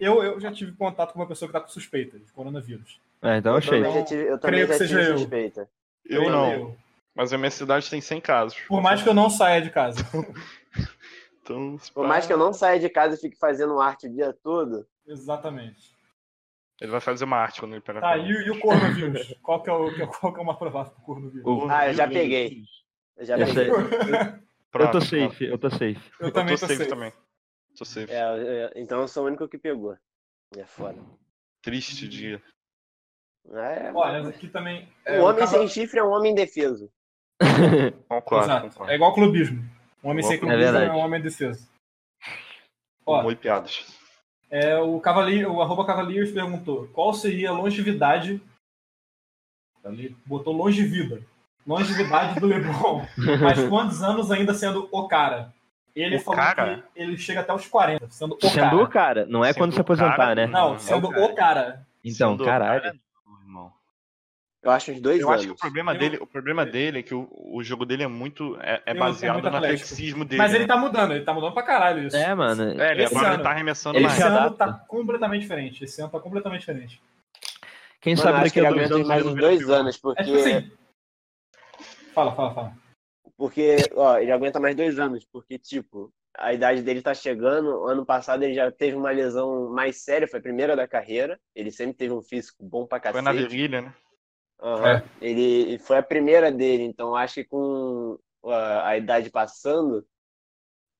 G: Eu, eu já tive contato com uma pessoa que tá com suspeita de coronavírus.
E: É, então
F: Eu
E: eu
F: também
E: achei.
F: já tive, eu
G: creio
F: também
G: que
F: já
G: seja eu.
F: tive suspeita.
C: Eu
G: Creio
C: não.
G: é, eu.
C: Mas a minha cidade tem 100 casos.
G: Por mais que eu não saia de casa. [laughs]
C: Então,
F: Por mais que eu não saia de casa e fique fazendo arte o dia todo,
G: Exatamente.
C: Ele vai fazer uma arte quando ele pegar.
G: Tá,
C: a
G: e,
C: bola.
G: o- e o coronavírus? Qual que é o, que é- qual que é o mais provável pro coronavírus?
C: Cornovírus.
F: Ah, Ah, eu já peguei. eu já
E: Eu
F: peguei.
E: sei. Eu
C: Pronto,
E: tô
C: pronto.
E: safe, eu tô safe.
G: Eu também
C: tô safe
G: safe.
C: também. Tô safe.
F: É, eu- eu- então eu sou o único que pegou. É foda.
C: Triste dia.
F: É,
G: Olha, aqui também.
F: um
G: é, o
F: homem
G: cara-
F: sem chifre é um homem indefeso.
C: Concordo,
G: Exato.
C: concordo.
G: É igual clubismo. Um homem sem
C: É
G: clubismo é,
E: verdade.
G: um homem defeso. Ó,
C: Humor e piadas.
G: é, o Cavaleiro, o arroba Cavaliers perguntou qual seria a longevidade. Ele botou longevida. Longevidade do Lebron. Mas quantos anos ainda sendo o cara? Ele
C: O
G: falou
C: cara?
G: que ele chega até os 40, sendo o cara.
E: Sendo o cara, não é
C: Sendo
E: quando se
C: o cara,
E: aposentar, né?
C: não.
G: Não, sendo
C: É o cara.
G: o cara.
E: Então,
C: Sendo
E: caralho.
C: cara, não, irmão.
F: Eu acho uns dois
C: Eu
F: anos.
C: acho que o problema
G: Eu-
C: dele, o problema dele é que o, o jogo dele é muito é, é
G: Eu- é
C: baseado
G: muito
C: no
G: atlético.
C: atletismo dele.
G: Mas ele
C: né?
G: tá mudando, ele tá mudando pra caralho isso.
E: É, mano.
C: É, ele
G: esse
C: agora
G: ano.
C: tá arremessando
E: Ele
C: mais.
G: Esse
E: se
G: ano
E: adapta.
G: tá completamente diferente. Esse ano tá completamente diferente.
E: Quem
F: Mano, eu
E: sabe
F: acho
E: daqui
F: que
E: a
F: ele
E: é dois
F: aguenta
E: anos.
F: mais
E: ele
F: um uns
E: não vira
F: dois
E: vilão.
F: anos,
G: É
F: porque,
G: tipo assim. Fala, fala, fala.
F: porque ó, ele aguenta mais dois anos, porque, tipo, a idade dele tá chegando. Ano passado ele já teve uma lesão mais séria, foi a primeira da carreira. Ele sempre teve um físico bom pra
G: tá
C: Foi na
F: cacete.
C: virilha, né?
F: Aham.
G: É.
F: Ele foi a primeira dele, então acho que com a, a idade passando,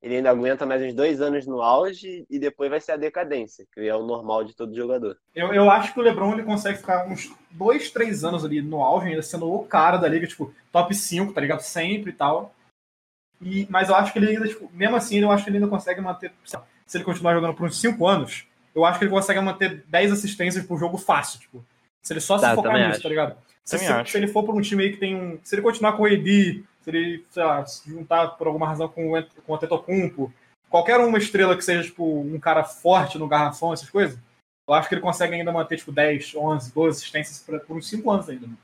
F: ele ainda aguenta mais uns dois anos no auge e depois vai ser a decadência, que é o normal de todo jogador.
G: Eu, eu acho que o LeBron ele consegue ficar uns dois, três anos ali no auge, ainda sendo o cara da liga, tipo, top 5, tá ligado? Sempre e tal. E, mas eu acho que ele ainda, tipo, mesmo assim, eu acho que ele ainda consegue manter. sei lá, Se ele continuar jogando por uns 5 anos, eu acho que ele consegue manter 10 assistências por jogo fácil, tipo. Se ele só se
E: Tá,
G: focar
E: também
G: nisso,
E: acho.
G: tá ligado? Se,
C: Também
G: se-
C: acho.
G: se ele for por um time aí que tem um. Se ele continuar com o AD, se ele, sei lá, se juntar por alguma razão com o, Ant- com o Antetokounmpo, qualquer uma estrela que seja, tipo, um cara forte no garrafão, essas coisas. Eu acho que ele consegue ainda manter, tipo, 10, 11, 12 assistências pra- por uns 5 anos ainda. né?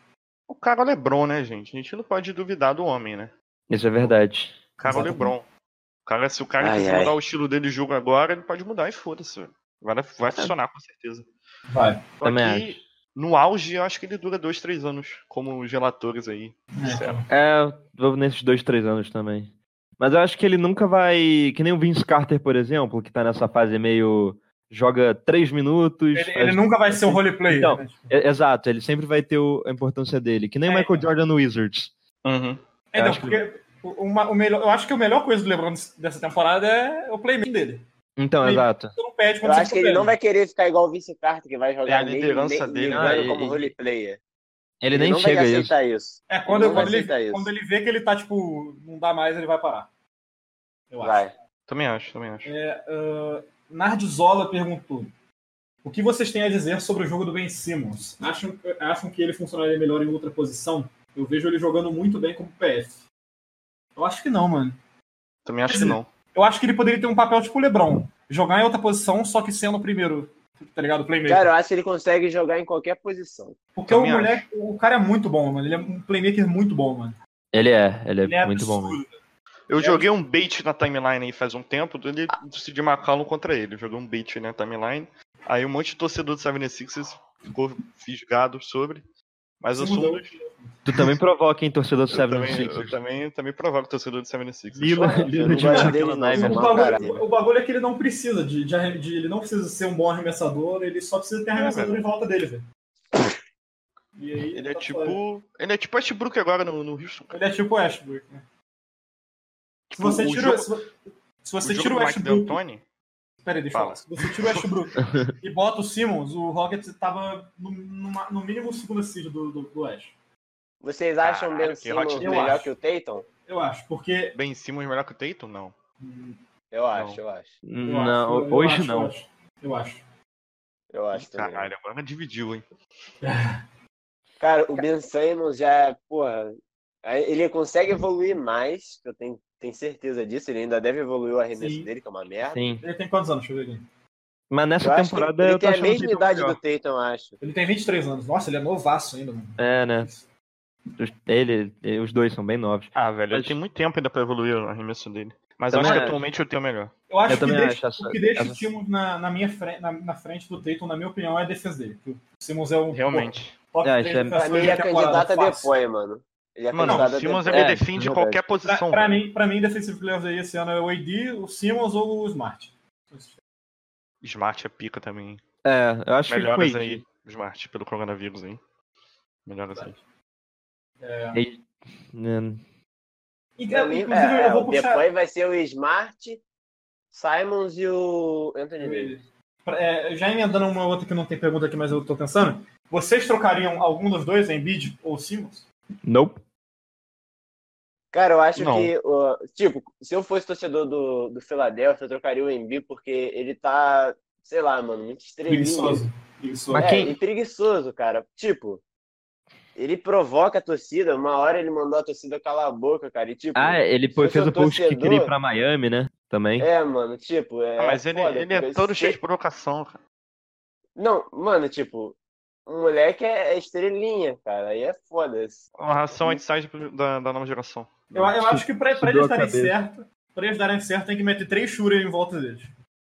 C: O cara é o Lebron, né, gente? A gente não pode duvidar do homem, né?
E: Isso é verdade.
C: O cara é o
G: Exatamente.
C: Lebron. O cara, se o cara
F: Ai,
C: quiser
F: ai.
C: mudar o estilo dele de jogo agora, ele pode mudar e foda-se. velho. Vai, vai funcionar com certeza.
G: Vai.
C: Só
E: Também
C: que, no auge, eu acho que ele dura dois,
G: É.
C: três anos, como os relatores aí. disseram.
E: É, vou nesses dois, três anos também. Mas eu acho que ele nunca vai. Que nem o Vince Carter, por exemplo, que tá nessa fase meio. Joga três minutos.
G: Ele,
E: faz-
G: ele nunca vai ser um roleplayer.
E: Então,
G: né? Tipo,
E: É- Exato, ele sempre vai ter o- a importância dele. Que nem o
G: É,
E: Michael
G: então.
E: Jordan no Wizards.
C: Uhum.
G: é, então,
E: acho que-
G: porque o- uma- o melhor, eu acho que a melhor coisa do LeBron dessa temporada é o playmaking dele.
E: Então,
G: Ele-
E: exato.
G: Você não perde
F: Eu
G: quando você
F: acho que ele
G: perde.
F: não vai querer ficar igual o Vince Carter, que vai
C: É, a
F: jogar meio-
C: liderança
F: meio-
C: dele,
F: ligando
E: né?
F: como
E: E-
F: roleplayer.
E: Ele, nem
F: não
E: chega a
F: vai
E: isso.
F: aceitar isso.
G: É, quando,
F: Ele não
G: quando
F: vai aceitar
G: ele,
F: isso.
G: quando ele vê que ele tá, tipo, não dá mais, ele vai parar. Eu acho.
F: Vai.
C: Também acho, também acho.
G: É, ah, Nardizola perguntou: O que vocês têm a dizer sobre o jogo do Ben Simmons? Acham, acham que ele funcionaria melhor em outra posição? Eu vejo ele jogando muito bem como PF. Eu acho que não, mano.
C: Também acho
G: Quer
C: que
G: dizer,
C: não.
G: Eu acho que ele poderia ter um papel tipo o LeBron: jogar em outra posição, só que sendo o primeiro, tá ligado? Playmaker.
F: Cara, eu acho que ele consegue jogar em qualquer posição.
G: Porque o
C: também
G: moleque, o cara é muito bom, mano. Ele é um playmaker muito bom, mano.
E: Ele é, ele é
G: Ele é
E: muito bom.
G: absurdo.
E: mesmo.
G: é.
C: Eu joguei um bait na timeline aí faz um tempo, ele decidi marcar um contra ele. Eu joguei um bait aí na timeline. Aí um monte de torcedor do 76ers ficou fisgado sobre. Mas eu
G: Se
C: sou um
G: mudou.
C: dos.
E: Tu também provoca, hein, torcedor do
C: Eu também, eu
E: 76ers.
C: também, também provoco torcedor do 76ers.
E: Lila,
C: Eu
E: Lila
C: não
E: de
C: gosto-
F: gosto
E: Marquinhos
F: dele, não.
E: Naiman.
G: O
F: mal,
G: bagulho,
F: caralho.
G: o bagulho é que ele não precisa de, de arre- de- Ele não precisa ser um bom arremessador, ele só precisa
C: É,
G: ter arremessador em volta dele, velho. E aí,
C: Ele é
G: tá fora.
C: tipo. Ele é tipo Ashbrook agora no, no Houston. cara.
G: Ele é tipo o Westbrook. né? Se
C: Tipo,
G: você
C: o
G: tira.
C: jogo-
G: se vo- se
C: O
G: você
C: jogo
G: tira o
C: do Mike
G: Westbrook.
C: D'Antoni,
G: Pera aí, deixa
C: Fala.
G: eu falar. Se você tira o Westbrook
C: [laughs]
G: e bota o Simmons, o Rockets tava no, numa- no mínimo segunda seed do, do, do West.
F: Vocês acham o Ben
C: Caralho, que
F: Simmons
C: hot-
G: eu
F: melhor
G: acho.
F: que o Tatum?
G: Eu acho, porque.
C: Ben Simmons melhor que o Tatum? Não.
F: Eu acho, eu acho.
G: eu
E: Não,
G: acho, eu
E: hoje
G: acho, eu
E: não.
G: acho, Eu acho.
F: Eu acho também.
C: Caralho, agora dividiu, hein?
F: Cara, o Ben Simmons já, porra, aí ele consegue evoluir mais, que eu tenho, tenho certeza disso, ele ainda deve evoluir o arremesso
G: Sim.
F: dele, que é uma merda.
E: Sim.
G: Ele tem quantos anos? Deixa eu ver aqui.
E: Mas nessa
F: Eu acho que
E: temporada
F: ele
E: eu tô
F: tem a
E: achando
F: mesma
E: que ele tá
F: idade
E: melhor.
F: do Tatum, eu acho.
G: Ele tem 23 anos. Nossa, ele é novaço ainda, mano.
E: É, né? Os- Ele, ele- os dois são bem novos.
C: Ah, velho,
E: Mas-
C: ele tem muito tempo ainda pra evoluir o arremesso dele. Mas eu
E: Também
C: acho que
G: é.
E: acho.
C: atualmente eu tenho o melhor.
G: Eu acho
E: Eu
G: que
E: também
G: deixa,
E: acho essa-
G: o que deixa
E: essa-
G: o Timos na, na minha frente, na, na frente do Tatum, na minha opinião, é a defesa dele. Que o Simmons é o
C: Realmente.
G: pô, top
E: É,
G: três
E: isso é-
F: Pra
G: defensores
F: mim, ele
G: da
F: é
G: temporada,
F: candidato a
G: fácil.
F: depois, mano. Ele é
C: Mano,
F: candidato
C: o
F: a
C: Simmons
F: depois.
C: ele
E: É,
C: defende
E: verdade.
C: qualquer
G: Pra,
C: posição.
G: pra
C: velho.
G: mim, pra mim, Defensive Players aí esse ano é o AD, o Simmons ou o Smart.
C: Smart é pica também.
E: É, eu acho que
C: Melhoras
E: foi.
C: aí, Smart, pelo coronavírus aí. Melhoras aí.
G: É,
E: né?
G: e,
F: Pra mim,
G: Então, inclusive,
F: é,
G: eu vou
F: é,
G: puxar.
F: depois vai ser o Smart, Simons e o Anthony Davis.
G: É, já emendando uma outra que não tem pergunta aqui, mas eu tô pensando. Vocês trocariam algum dos dois, Embiid ou Simmons?
E: Nope.
F: Cara, eu acho
C: Não.
F: que, ó, tipo, se eu fosse torcedor do, do Philadelphia, eu trocaria o Embiid porque ele tá, sei lá, mano, muito estrelinha.
G: Preguiçoso. Preguiçoso.
E: Mas
F: É,
E: quem-
F: e preguiçoso, cara. Tipo, ele provoca a torcida. Uma hora ele mandou a torcida calar a boca, cara. E tipo,
E: Ah, ele pô-
F: eu
E: fez
F: sou
E: o post que queria ir
F: torcedor-
E: pra Miami, né? Também.
F: é, mano, tipo, é.
C: Ah, mas ele,
F: foda,
C: ele é
F: porque
C: todo
F: se-
C: cheio de provocação, cara.
F: Não, mano, tipo, o moleque é, é estrelinha, cara. Aí é foda.
C: Uma ração outside pro- da, da nova geração.
G: Eu, eu acho que pra, pra
E: Subiu
G: eles
E: a
G: darem
E: cabeça.
G: certo, pra eles darem certo, tem que meter três shooter em volta deles.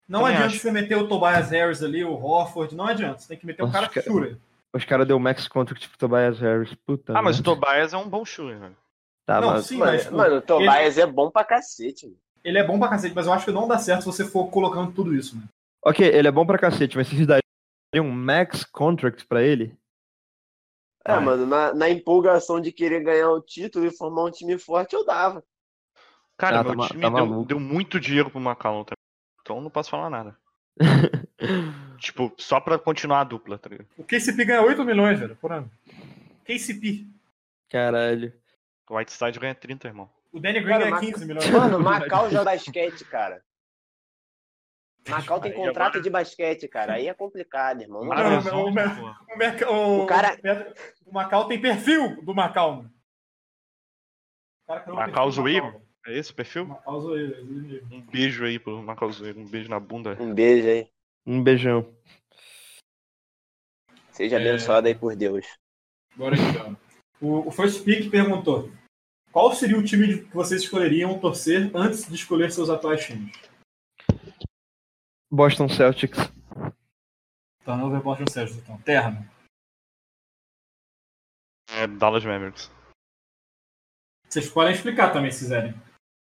G: Não
C: Também
G: adianta
C: acho.
G: você meter o Tobias Harris ali, o Horford, não adianta. Você tem que meter o
E: Nossa,
G: cara
E: cara.
G: shooter.
E: Os caras deu max contract pro Tobias Harris. Puta.
G: Tá
C: Ah, mas o
E: merda.
C: Tobias é um bom shooter, velho.
E: Tá,
G: não,
E: mas-
G: sim,
F: mano,
G: mas tipo,
F: mano, o Tobias é bom pra cacete, mano.
G: ele é bom pra cacete, mas eu acho que não dá certo se você for colocando tudo isso, né?
E: Ok, ele é bom pra cacete, mas vocês dariam um max contract pra ele?
F: É,
E: Ah,
F: mano, na, na empolgação de querer ganhar o título e formar um time forte, eu
E: [laughs]
F: dava.
C: Cara,
E: Ah,
C: meu
E: tá ma-
C: time
E: tá
C: deu,
E: maluco.
C: deu muito dinheiro pro Macau, tá? então não posso falar [laughs] nada. Tipo, só pra continuar a dupla, tá ligado?
G: O KCP ganha 8 milhões, velho, por ano. KCP.
E: Caralho.
C: O Whiteside ganha 30, irmão.
G: O Danny Green
F: Cara,
G: ganha
F: mas-
G: 15 milhões.
F: Mano, Macau joga basquete, cara. Macau tem
C: Aí
F: contrato
C: agora-
F: de basquete, cara. Aí é complicado, irmão. Não
G: Ah,
F: dá.
G: não,
C: Maravilhoso,
G: não, mas-
C: pô.
G: O, Merca- o-
F: O cara-
G: o Macau tem perfil do Macau, mano. O cara criou um
C: Macau
G: perfil do
C: zoeiro?
G: Macau, velho.
C: É esse o perfil?
G: Macau zoeiro, é zoeiro.
C: Um beijo aí pro Macau Zoeiro, um beijo na bunda.
F: Um beijo aí.
E: Um beijão.
F: Seja
G: É.
F: abençoado aí por Deus.
G: Agora então. O, o First Pick perguntou: qual seria o time de- que vocês escolheriam torcer antes de escolher seus atuais times?
E: Boston Celtics.
G: Turnover Boston Celtics, então. Terra.
C: É Dallas Mavericks.
G: Vocês podem explicar também se quiserem.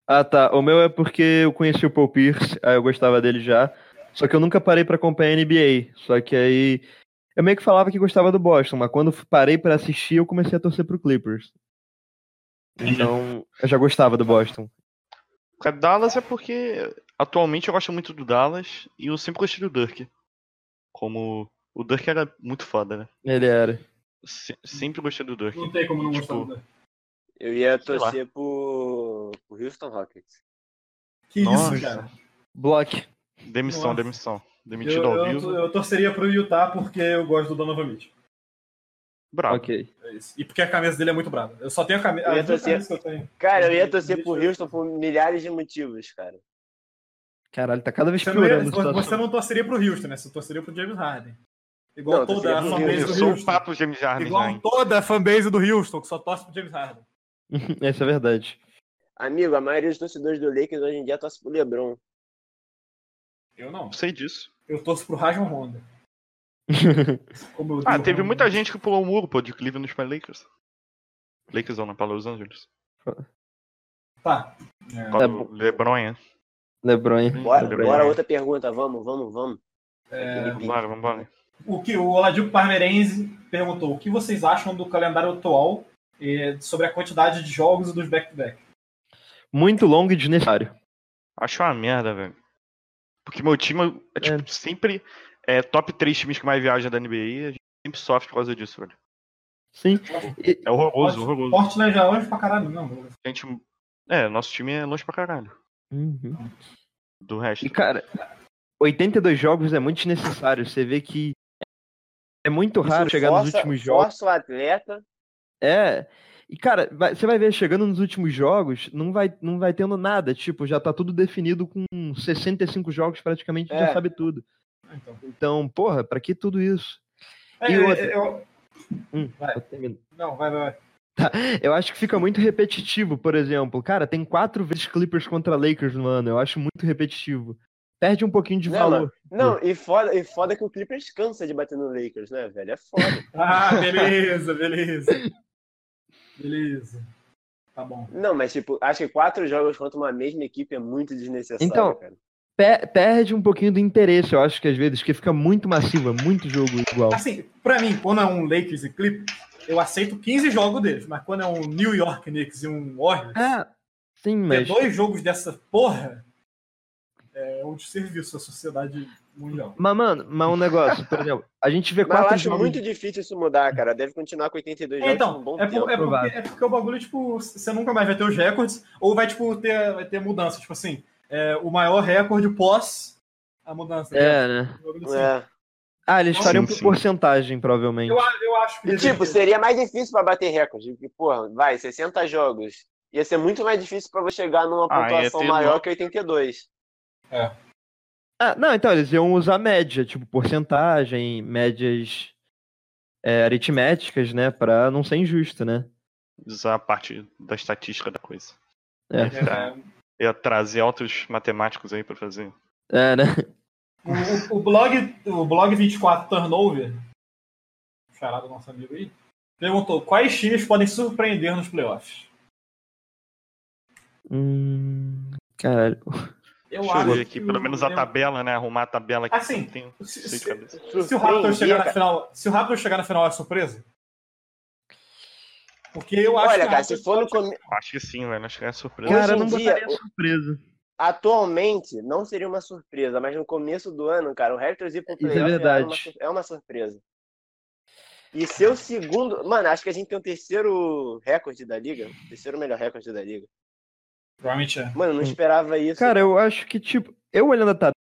E: Ah, tá. O meu é porque eu conheci o Paul Pierce, aí eu gostava dele já. Só que eu nunca parei pra acompanhar a NBA. Só que aí. Eu meio que falava que gostava do Boston, mas quando parei pra assistir, eu comecei a torcer pro Clippers. Então, eu já gostava do Boston.
C: Cara, Dallas é porque atualmente eu gosto muito do Dallas e eu sempre gostei do Dirk. Como o Dirk era muito foda, né?
E: Ele era.
C: Se- sempre gostei do Dirk.
G: Não tem como não
C: Tipo,
G: gostar do Dirk.
F: Eu ia
C: Sei lá.
F: torcer pro, pro Houston Rockets.
G: Que
C: Nossa.
G: isso, cara.
E: Block.
C: Demissão,
G: Nossa.
C: demissão. Demitido
G: Eu,
C: ao
G: eu,
C: vivo.
G: eu torceria pro Utah porque eu gosto do Donovan Mitchell.
C: Bravo.
E: Ok.
G: É isso. E porque a camisa dele é muito brava. Eu só tenho a camisa.
F: Eu ia
G: as duas
F: torcer-
G: camisas que eu tenho.
F: Cara, eu ia torcer pro Houston por milhares de motivos, cara.
E: Caralho, tá cada vez
G: Você não, ia-
E: piorando a
G: você
E: situação.
G: não torceria pro Houston, né? Você torceria pro James Harden. Igual
F: Não, eu
G: toda
F: torceria
G: a
F: pro
G: fanbase
C: Eu um
F: Houston.
G: do
C: sou
G: Houston.
C: o papo James Harden né?
G: Igual
C: já,
F: né?
C: hein?
G: toda a fanbase do Houston, que só torce pro James Harden.
E: [laughs] Essa é verdade.
F: Amigo, a maioria dos torcedores do Lakers hoje em dia torce pro LeBron.
G: Eu não.
C: Não sei disso.
G: Eu torço pro Rajon
E: [laughs]
G: Honda. Como eu
C: Ah,
G: digo,
C: teve
G: Rajon
C: muita
G: Rondo.
C: gente que pulou o muro, pô, de Cleveland pra Lakers. Lakers ou não, né? pra Los Angeles.
G: Tá.
C: Pra
E: É,
C: do LeBron, hein?
E: LeBron. hein?
F: Bora,
C: LeBron.
F: bora outra pergunta, vamos, vamos, vamos.
E: É
C: Vambora, vambora.
G: O que o Oladipo Parmerense perguntou: o que vocês acham do calendário atual eh, sobre a quantidade de jogos e dos back-to-back?
E: Muito longo e desnecessário.
C: Acho uma merda, velho. Porque meu time é, tipo, sempre é top 3 times que mais viajam da NBA e a gente sempre sofre por causa disso, velho.
E: Sim. E-
C: É horroroso, horroroso.
G: Portland já é longe pra caralho, não.
C: A gente... É, nosso time é longe pra caralho.
E: Uhum.
C: Do resto.
E: E, cara, 82 jogos é muito desnecessário. Você vê que é muito raro
F: Isso
E: chegar nos
F: força-
E: últimos jogos.
F: Força o atleta
E: É. E, cara, vai- você vai ver, chegando nos últimos jogos, não vai, não vai tendo nada. Tipo, já tá tudo definido com 65 jogos, praticamente
F: É. Ah,
E: já sabe tudo.
G: Então.
E: Então, porra, pra que tudo isso?
G: É,
E: E
G: eu-
E: outra?
G: eu-
E: Hum,
G: Vai.
E: eu termino.
G: não, vai, vai. vai.
E: Eu acho que fica muito repetitivo, por exemplo. Cara, tem quatro vezes Clippers contra Lakers no ano. Eu acho muito repetitivo. Perde um pouquinho de
F: Não,
E: valor.
F: Não, e foda, e foda que o Clippers cansa de bater no Lakers, né, velho? É
G: [laughs]
F: foda.
G: Ah, beleza, beleza. Beleza. Tá bom.
F: Não, mas tipo, acho que quatro jogos contra uma mesma equipe é muito desnecessário,
E: Então,
F: cara.
E: Pe- perde um pouquinho do interesse, eu acho que às vezes, que fica muito massivo, é muito jogo igual.
G: Assim, pra mim, quando é um Lakers e Clippers, eu aceito 15 jogos deles, mas quando é um New York Knicks e um Warriors,
F: É.
E: Ah, sim,
G: ter
E: mas.
G: dois jogos dessa porra é um desserviço à sociedade mundial.
E: Mas, mano, mas um negócio, por exemplo, a gente vê
F: Mas eu
E: quatro
F: acho
E: jogos.
F: muito difícil isso mudar, cara. Deve continuar com 82 jogos por
G: então,
F: um bom
G: é,
F: tempo.
G: por- é
E: provável.
G: porque, é porque o bagulho, tipo, você nunca mais vai ter os recordes, ou vai, tipo, ter, vai ter mudança. Tipo assim, é, o maior recorde pós a mudança.
E: É, né?
G: Um bagulho assim.
F: É.
E: Ah, eles
G: Sim,
E: fariam por
C: sim.
E: porcentagem, provavelmente.
G: Eu, a- eu acho que. é,
F: E tipo,
G: deveria-
F: seria mais difícil pra bater recorde. Porque, porra, vai, 60 jogos. Ia ser muito mais difícil pra você chegar numa
C: Ah, ia
F: pontuação
C: ter
F: maior
C: no-
F: que 82.
E: Ah, não, então, eles iam usar média, tipo, porcentagem, médias é, aritméticas, né? Pra não ser injusto, né?
C: Usar a parte da estatística da coisa.
E: É.
C: Tá. Ia trazer altos matemáticos aí pra fazer.
E: É, né?
G: O- O, o blog, o blog 24 Turnover, charada nosso amigo aí, perguntou quais times podem surpreender nos playoffs.
E: Hum, caralho.
G: Eu
C: Deixa eu ver
G: que
C: aqui, pelo
G: o-
C: menos a
G: eu-
C: tabela, né? Arrumar a tabela aqui.
G: Assim,
C: não tem-
G: se-
C: sei de
G: se-
C: cabeça.
G: Se o Raptors chegar na
F: cara.
G: final, se o Raptors chegar na final é surpresa? Porque eu acho
F: Olha,
G: que
F: cara, se for no come...
C: Acho que sim, velho. Acho que é surpresa.
E: Cara, eu não
F: em dia,
E: botaria
F: o-
E: surpresa.
F: Atualmente, não seria uma surpresa, mas no começo do ano, cara, o Raptors ir pro
E: Isso é
F: playoff era
E: verdade.
F: uma sur- é uma surpresa. E seu segundo. Mano, acho que a gente tem o terceiro recorde da liga. o Terceiro melhor recorde da liga.
G: provavelmente é.
F: Mano, não esperava isso.
E: Hum. Cara, eu acho que, tipo, eu olhando a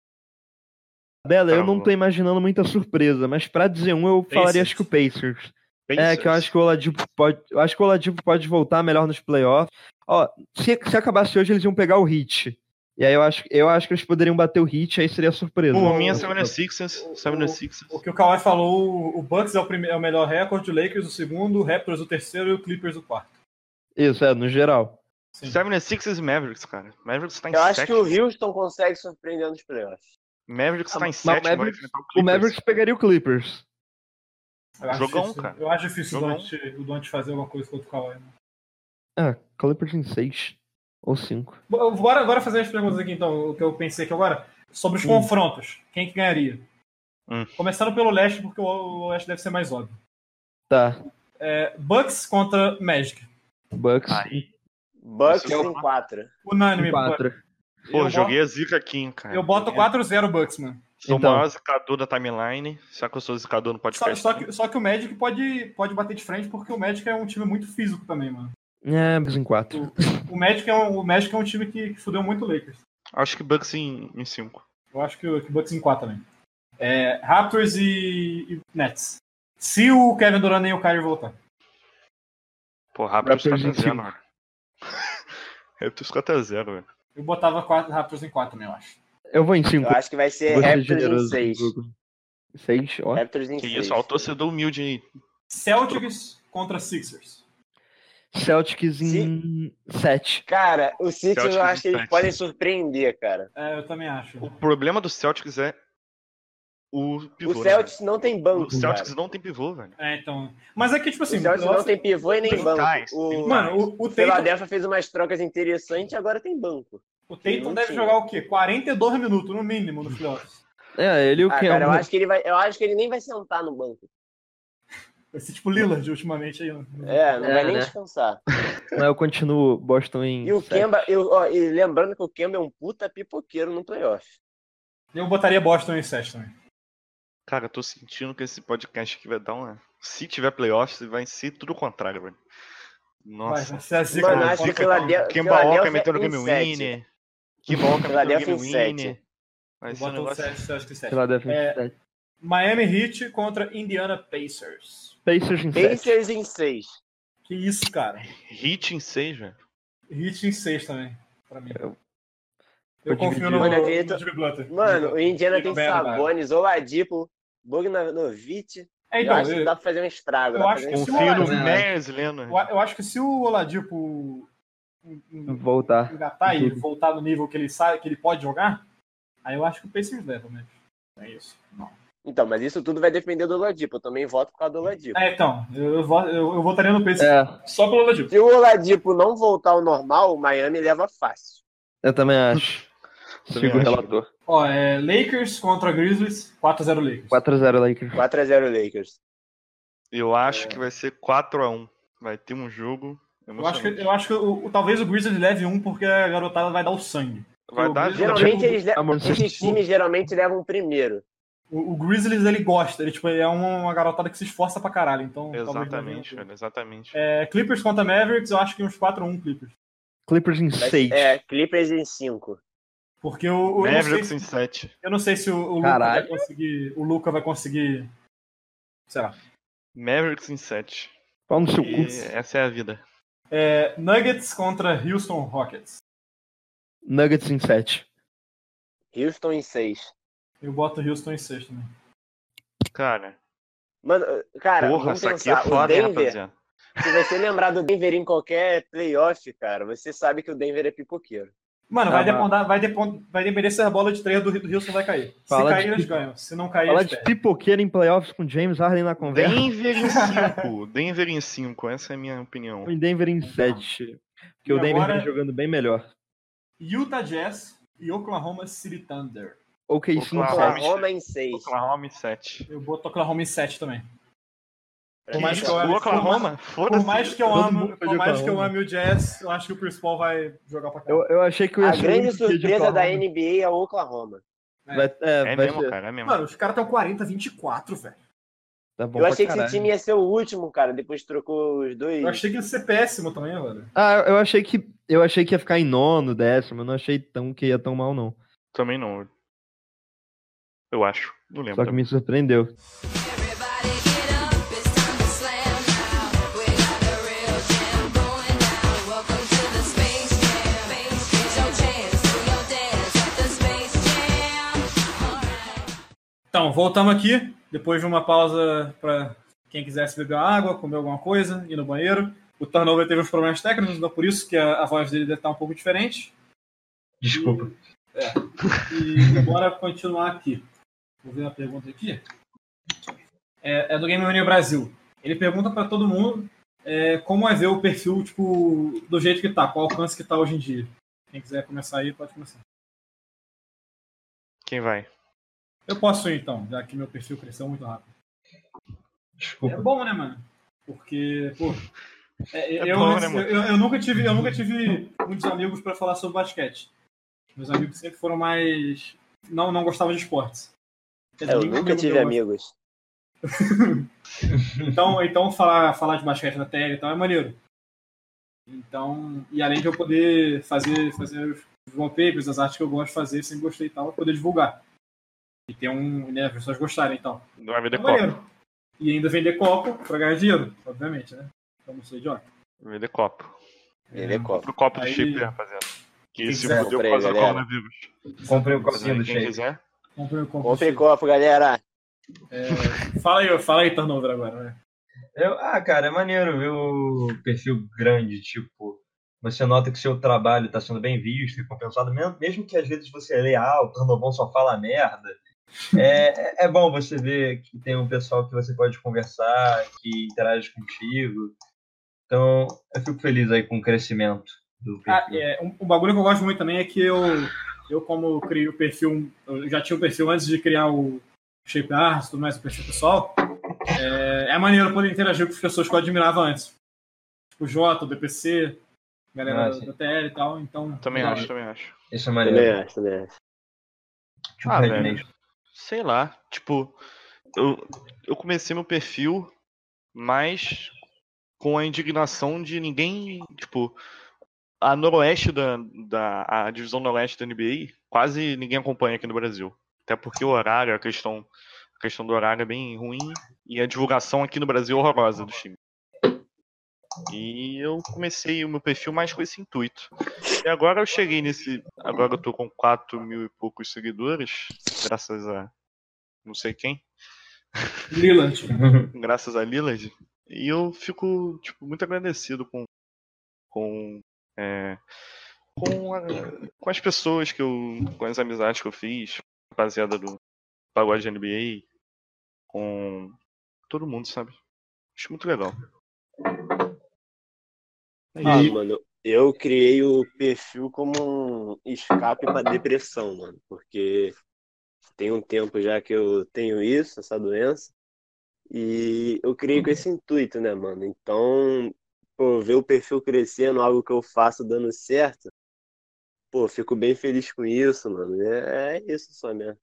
E: tabela, eu não tô imaginando muita surpresa, mas pra dizer um, eu falaria acho que o Pacers. É, que eu acho que o Oladipo pode. Eu acho que o Oladipo pode voltar melhor nos playoffs. Ó, se, se acabasse hoje, eles iam pegar o hit. E aí eu acho, eu acho que eles poderiam bater o hit, aí seria surpresa.
C: Por
E: Não,
C: mim é
E: não,
C: 76ers. 76ers.
G: O que o Kawhi falou, o Bucks é o, prime- é o melhor recorde, o Lakers o segundo, o Raptors o terceiro e o Clippers o quarto.
E: [laughs] Isso, é, no geral.
G: Sim.
C: 76ers e Mavericks, cara. Mavericks tá em
F: eu acho que
C: sétimo.
F: o Houston consegue surpreender nos playoffs.
C: Mavericks
E: Ah,
C: tá em
E: mas o
C: sétimo. vai
E: Mavericks-
C: enfrentar o
E: O
C: Clippers.
E: Mavericks pegaria o Clippers.
G: Eu acho
C: Jogão,
G: difícil,
C: cara.
G: Eu acho difícil o
C: Jogão.
G: né?
E: É,
G: Dante, o Dante fazer alguma coisa contra o Kawhi.
E: Ah, Clippers em 6. Ou cinco.
G: Bo- Bora agora fazer as perguntas aqui, então, o que eu pensei aqui agora, sobre os confrontos. Quem que ganharia?
C: Hum.
G: Começando pelo leste, porque o- o leste deve ser mais óbvio.
E: Tá.
G: É, Bucks contra Magic.
E: Bucks.
C: Aí,
F: Bucks
C: Esse é o-
F: em 4.
G: Unânime.
E: quatro.
C: pô,
G: eu
C: joguei a zica aqui, hein, cara.
G: Eu boto 4-0 Bucks, mano.
C: Sou
E: Então.
C: o maior zicador da timeline, só que eu sou zicador no
G: Só,
C: podcast.
G: só que, só que o Magic pode, pode bater de frente, porque o Magic é um time muito físico também, mano.
E: É, Bucks em quatro.
G: O Magic é um, o Magic é um time que, que fudeu muito o Lakers.
C: Acho que Bucks em 5.
G: Eu acho que o que o Bucks em 4 também. É, Raptors e, e Nets. Se o Kevin Durant nem o Kyrie voltar.
C: Pô, Raptors
E: Raptors em
C: 4x0, mano. [laughs] Raptors 4x0, velho.
G: Eu botava quatro Raptors em 4 também, eu acho.
E: Eu vou em
F: Eu
E: cinco.
F: acho que vai ser
E: Vou ser
F: é Raptors em
E: é
F: É.
E: generoso
F: 6.
E: comigo. Seis, ó.
F: Raptors em
C: Que
F: 6.
C: isso, ó, o
F: né?
C: torcedor humilde aí.
G: Celtics contra Sixers.
E: Celtics em sete.
F: Cara, o Sixers
C: Celtics
F: eu acho que
C: em
F: eles
C: sete.
F: podem surpreender, cara.
G: É, eu também acho.
C: O problema do Celtics é o pivô.
F: O
C: né,
F: Celtics não tem
C: velho?
F: banco,
C: o Celtics
F: cara.
C: não tem pivô, velho.
G: É, então. Mas é que, tipo
F: O
G: assim.
F: Celtics
G: eu-
F: não tem pivô e nem
C: Tem
F: banco.
C: Thais,
F: O...
C: tem
G: Mano, o, o Tatum,
F: Philadelphia fez umas trocas interessantes e agora tem banco.
G: o
F: tem
G: Tatum
F: um
G: deve
F: time.
G: jogar o quê? 42 minutos, no mínimo, no playoffs.
E: É, ele e o
F: Ah,
E: Ken.
G: Um
F: cara, eu acho que ele vai, eu acho que ele nem vai sentar no banco.
G: Vai ser tipo Lillard ultimamente aí. né?
F: É, não
E: É,
F: vai nem
E: né?
F: descansar.
E: Mas né? eu continuo Boston em
F: E o
E: sete.
F: Kemba, eu, ó, e lembrando que o Kemba é um puta pipoqueiro no playoff.
G: Eu botaria Boston em 7 também.
C: Cara, eu tô sentindo que esse podcast aqui vai dar uma. Se tiver playoffs, vai ser tudo o contrário, velho.
G: Vai,
C: Nossa.
G: vai ser a zica. né?
F: Mano,
G: do
F: acho que
G: Bucks.
F: Philadelphia-
C: Kemba Walker
F: Philadelphia
C: metendo
F: em
C: Game
F: sete.
C: Winner. Kemba Walker metendo
F: Philadelphia
C: Game
F: em sete.
C: Winner. Vai
G: Eu
C: ser um
G: boto o
C: negócio.
G: Celtics- Celtics em 7.
E: Philadelphia em
G: É.
E: sete.
G: Miami Heat contra Indiana Pacers.
E: Pacers em sete.
F: Pacers em 6.
G: Que isso, cara.
C: Hit em 6, velho.
G: Heat em 6 também, pra mim. Eu,
E: Eu- eu
G: confio
E: dividi.
G: no,
F: Olha,
G: no
F: Vitor-
G: Jimmy Butler.
F: Mano, o Indiana
G: Jimmy
F: tem
G: Butler, cara.
F: Sabonis, Oladipo, Bogdanovic.
G: É,
F: Eu
G: então,
F: acho que
G: eu,
F: dá pra fazer um estrago.
G: eu
F: dá pra
G: acho
F: fazer um
G: que
F: estrago.
C: Confio
E: Né?
C: no Mers, Leonard.
G: eu- eu acho que se o Oladipo en- en-
E: Voltar.
G: engatar
F: Uhum.
G: e voltar no nível que ele sabe, que ele pode jogar, aí eu acho que o Pacers leva, né? É isso. Não.
F: Então, mas isso tudo vai depender do Oladipo. Eu também voto por causa do Oladipo.
G: É, então, eu, eu, vo- eu, eu votaria no Pacers
E: É,
G: só pelo Oladipo.
F: Se o Oladipo não voltar ao normal, o Miami leva fácil.
E: eu também acho.
C: [laughs] Também
E: Sigo o
C: acho.
E: relator.
G: Ó, é Lakers contra Grizzlies, 4x0 Lakers.
E: 4x0 Lakers.
F: 4x0 Lakers.
C: Eu
F: É.
C: acho que vai ser 4x1. Vai ter um jogo.
G: Eu acho que, eu acho que o, o- talvez o Grizzlies leve um porque a garotada vai dar o sangue.
C: Vai
G: eu-
C: dar.
F: Geralmente
G: Oladipo-
F: eles le-
E: Amor,
F: esses
E: vocês-
F: times geralmente levam o primeiro.
G: O, o Grizzlies, ele gosta. Ele, tipo, ele é uma, uma garotada que se esforça pra caralho. Então, talvez não
C: Exatamente,
G: venha.
C: velho. Exatamente.
G: É, Clippers contra Mavericks, eu acho que uns 4x1 Clippers.
E: Clippers em
F: Mas,
E: 6.
F: É, Clippers em 5.
G: Porque o, o- eu, não
C: Mavericks
G: sei,
C: em 7.
G: eu não sei se o, o Luca vai
E: Caralho.
G: conseguir. O Luca vai conseguir. Sei lá.
C: Mavericks em 7.
E: Pau no seu
C: E
E: cu.
C: essa é a vida.
G: É, Nuggets contra Houston Rockets.
E: Nuggets em 7.
F: Houston em 6.
G: Eu boto Houston em sexto né? também.
C: Cara,
F: Mano, cara,
C: porra,
F: vamos
C: essa aqui
F: pensar.
C: é foda, hein,
F: o Denver,
C: rapaziada.
F: se você lembrar do Denver em qualquer playoff, cara, você sabe que o Denver é pipoqueiro.
G: Mano,
E: Ah,
G: vai,
E: mas-
G: depender, vai, depender, vai depender se a bola de três do, do Houston vai cair. Se
E: Fala
G: cair,
E: de-
G: eles ganham. Se não cair,
E: Falar
G: eles
E: de
G: perdem.
E: pipoqueiro em playoffs com James Harden na conversa.
C: Denver em 5. [laughs] Denver em 5. Essa é a minha opinião.
E: Em Denver em 7. Porque o
G: E
E: Denver
G: agora-
E: vem jogando bem melhor.
G: Utah Jazz e Oklahoma City Thunder.
E: Ok, sim,
C: Oklahoma.
E: 7.
F: Oklahoma em 6.
C: Oklahoma em 7.
G: Eu boto Oklahoma em 7 também.
C: Que
G: mais
C: isso,
G: que eu ame-
C: o Oklahoma?
G: Por
C: Foda-se.
G: mais que eu
E: Todo
G: amo,
E: mundo foi
G: por
E: de
G: mais que eu
E: Oklahoma.
G: ame o Jazz, eu acho que o Chris Paul vai jogar pra cá.
E: Eu, eu achei é um que eu ia
F: A
E: ser o
F: grande
E: único que ia de
F: surpresa da
E: Oklahoma.
F: NBA é o Oklahoma.
E: Vai, é,
C: É
E: vai
C: mesmo,
E: ser.
C: cara, é mesmo.
G: Mano, os caras estão 40, 24, velho.
E: Tá bom
F: Eu
E: pra
F: achei que esse
E: caralho.
F: time ia ser o último, cara. Depois trocou os dois.
G: Eu achei que ia ser péssimo também, velho.
E: Ah, eu achei que eu achei que ia ficar em nono, décimo, eu não achei tão que ia tão mal não.
C: Também não. Eu acho. Não lembro.
E: Só que
C: também.
E: me surpreendeu.
A: Everybody get up, it's time to slam now. We got the real jam going down. Welcome to the Space Jam. Here's your chance, do your dance at the Space Jam. Alright.
G: Então, voltamos aqui, depois de uma pausa pra quem quisesse beber água, comer alguma coisa, ir no banheiro. O Turnover teve uns problemas técnicos, então por isso que a, a voz dele deve estar um pouco diferente.
H: Desculpa.
G: E bora continuar aqui. Vou ver uma pergunta aqui. É, é do Game Mania Brasil. Ele pergunta para todo mundo é, como é ver o perfil, tipo, do jeito que tá, com o alcance que tá hoje em dia. Quem quiser começar aí, pode começar.
C: Quem vai?
G: Eu posso ir então, já que meu perfil cresceu muito rápido. É
E: Desculpa.
G: bom, né, mano? Porque, pô. é-
C: É
G: eu,
C: bom, né, mano?
G: eu, eu nunca tive, eu nunca tive muitos amigos pra falar sobre basquete. Meus amigos sempre foram mais. Não, não gostavam de esportes. Quer dizer,
F: É, Eu
G: nenhum
F: nunca
G: amigo
F: tive
G: meu
F: amigos.
G: Então, então falar, falar de basquete na tela e tal é maneiro. Então, e além de eu poder fazer, fazer os wallpapers, as artes que eu gosto de fazer, sempre gostei e tal, eu poder divulgar. E ter um, né, as pessoas gostarem e tal.
C: Não vai vender
G: É
C: copo.
G: maneiro. E ainda vender copo pra ganhar dinheiro, obviamente, né? Eu não sou idiota.
C: Vai Vender copo.
F: Ele é copo.
C: Compra o copo do
G: Aí-
C: chip, rapaziada. Que
E: Quem
C: se
E: quiser,
C: fudeu por
F: comprei,
C: causa do
F: galera.
C: coronavírus.
E: Comprei o
C: Isso aí,
E: cozinho do
C: Quem
E: Shake.
C: quiser.
G: Comprei o copo.
F: Comprei copo, galera.
G: É, fala aí, fala aí, turnover agora, né?
E: Eu- ah, cara, é maneiro ver o perfil grande, tipo, você nota que seu trabalho tá sendo bem visto, recompensado, mesmo, mesmo que às vezes você leia, ah, o Turnovão só fala merda. É, é- é bom você ver que tem um pessoal que você pode conversar, que interage contigo. Então, eu fico feliz aí com o crescimento do
G: Ah,
E: perfil.
G: é, um, um bagulho que eu gosto muito também é que eu, eu como eu criei o perfil, eu já tinha o perfil antes de criar o Shape Art, tudo mais, o perfil pessoal, é, é maneiro poder interagir com as pessoas que eu admirava antes. Tipo o Jota, o DPC, galera
E: Ah,
G: do
E: sim.
G: da TL e tal, então...
C: Também
G: Não,
C: acho, também acho.
E: Isso é
F: Também
E: maneiro.
F: acho, também acho.
E: Tipo,
C: Ah,
E: Red
C: velho.
E: Nation.
C: Sei lá. Tipo, eu, eu comecei meu perfil, mas com a indignação de ninguém. Tipo, a Noroeste da. da a divisão Noroeste da NBA, quase ninguém acompanha aqui no Brasil. Até porque o horário, a questão, a questão do horário é bem ruim e a divulgação aqui no Brasil é horrorosa do time. E eu comecei o meu perfil mais com esse intuito. E agora eu cheguei nesse. Agora eu tô com 4 mil e poucos seguidores, graças a não sei quem,
G: Leland.
C: graças a Lillard. E eu fico tipo, muito agradecido com com, é, com, a- com as pessoas que eu. com as amizades que eu fiz, rapaziada do Pagode NBA, com todo mundo, sabe? Acho muito legal. É
G: Ah,
C: isso.
F: Mano, eu criei o perfil como um escape pra depressão, mano. Porque tem um tempo já que eu tenho isso, essa doença. E eu criei com esse intuito, né, mano? Então, pô, ver o perfil crescendo, algo que eu faço dando certo, pô, fico bem feliz com isso, mano. É, é isso só mesmo.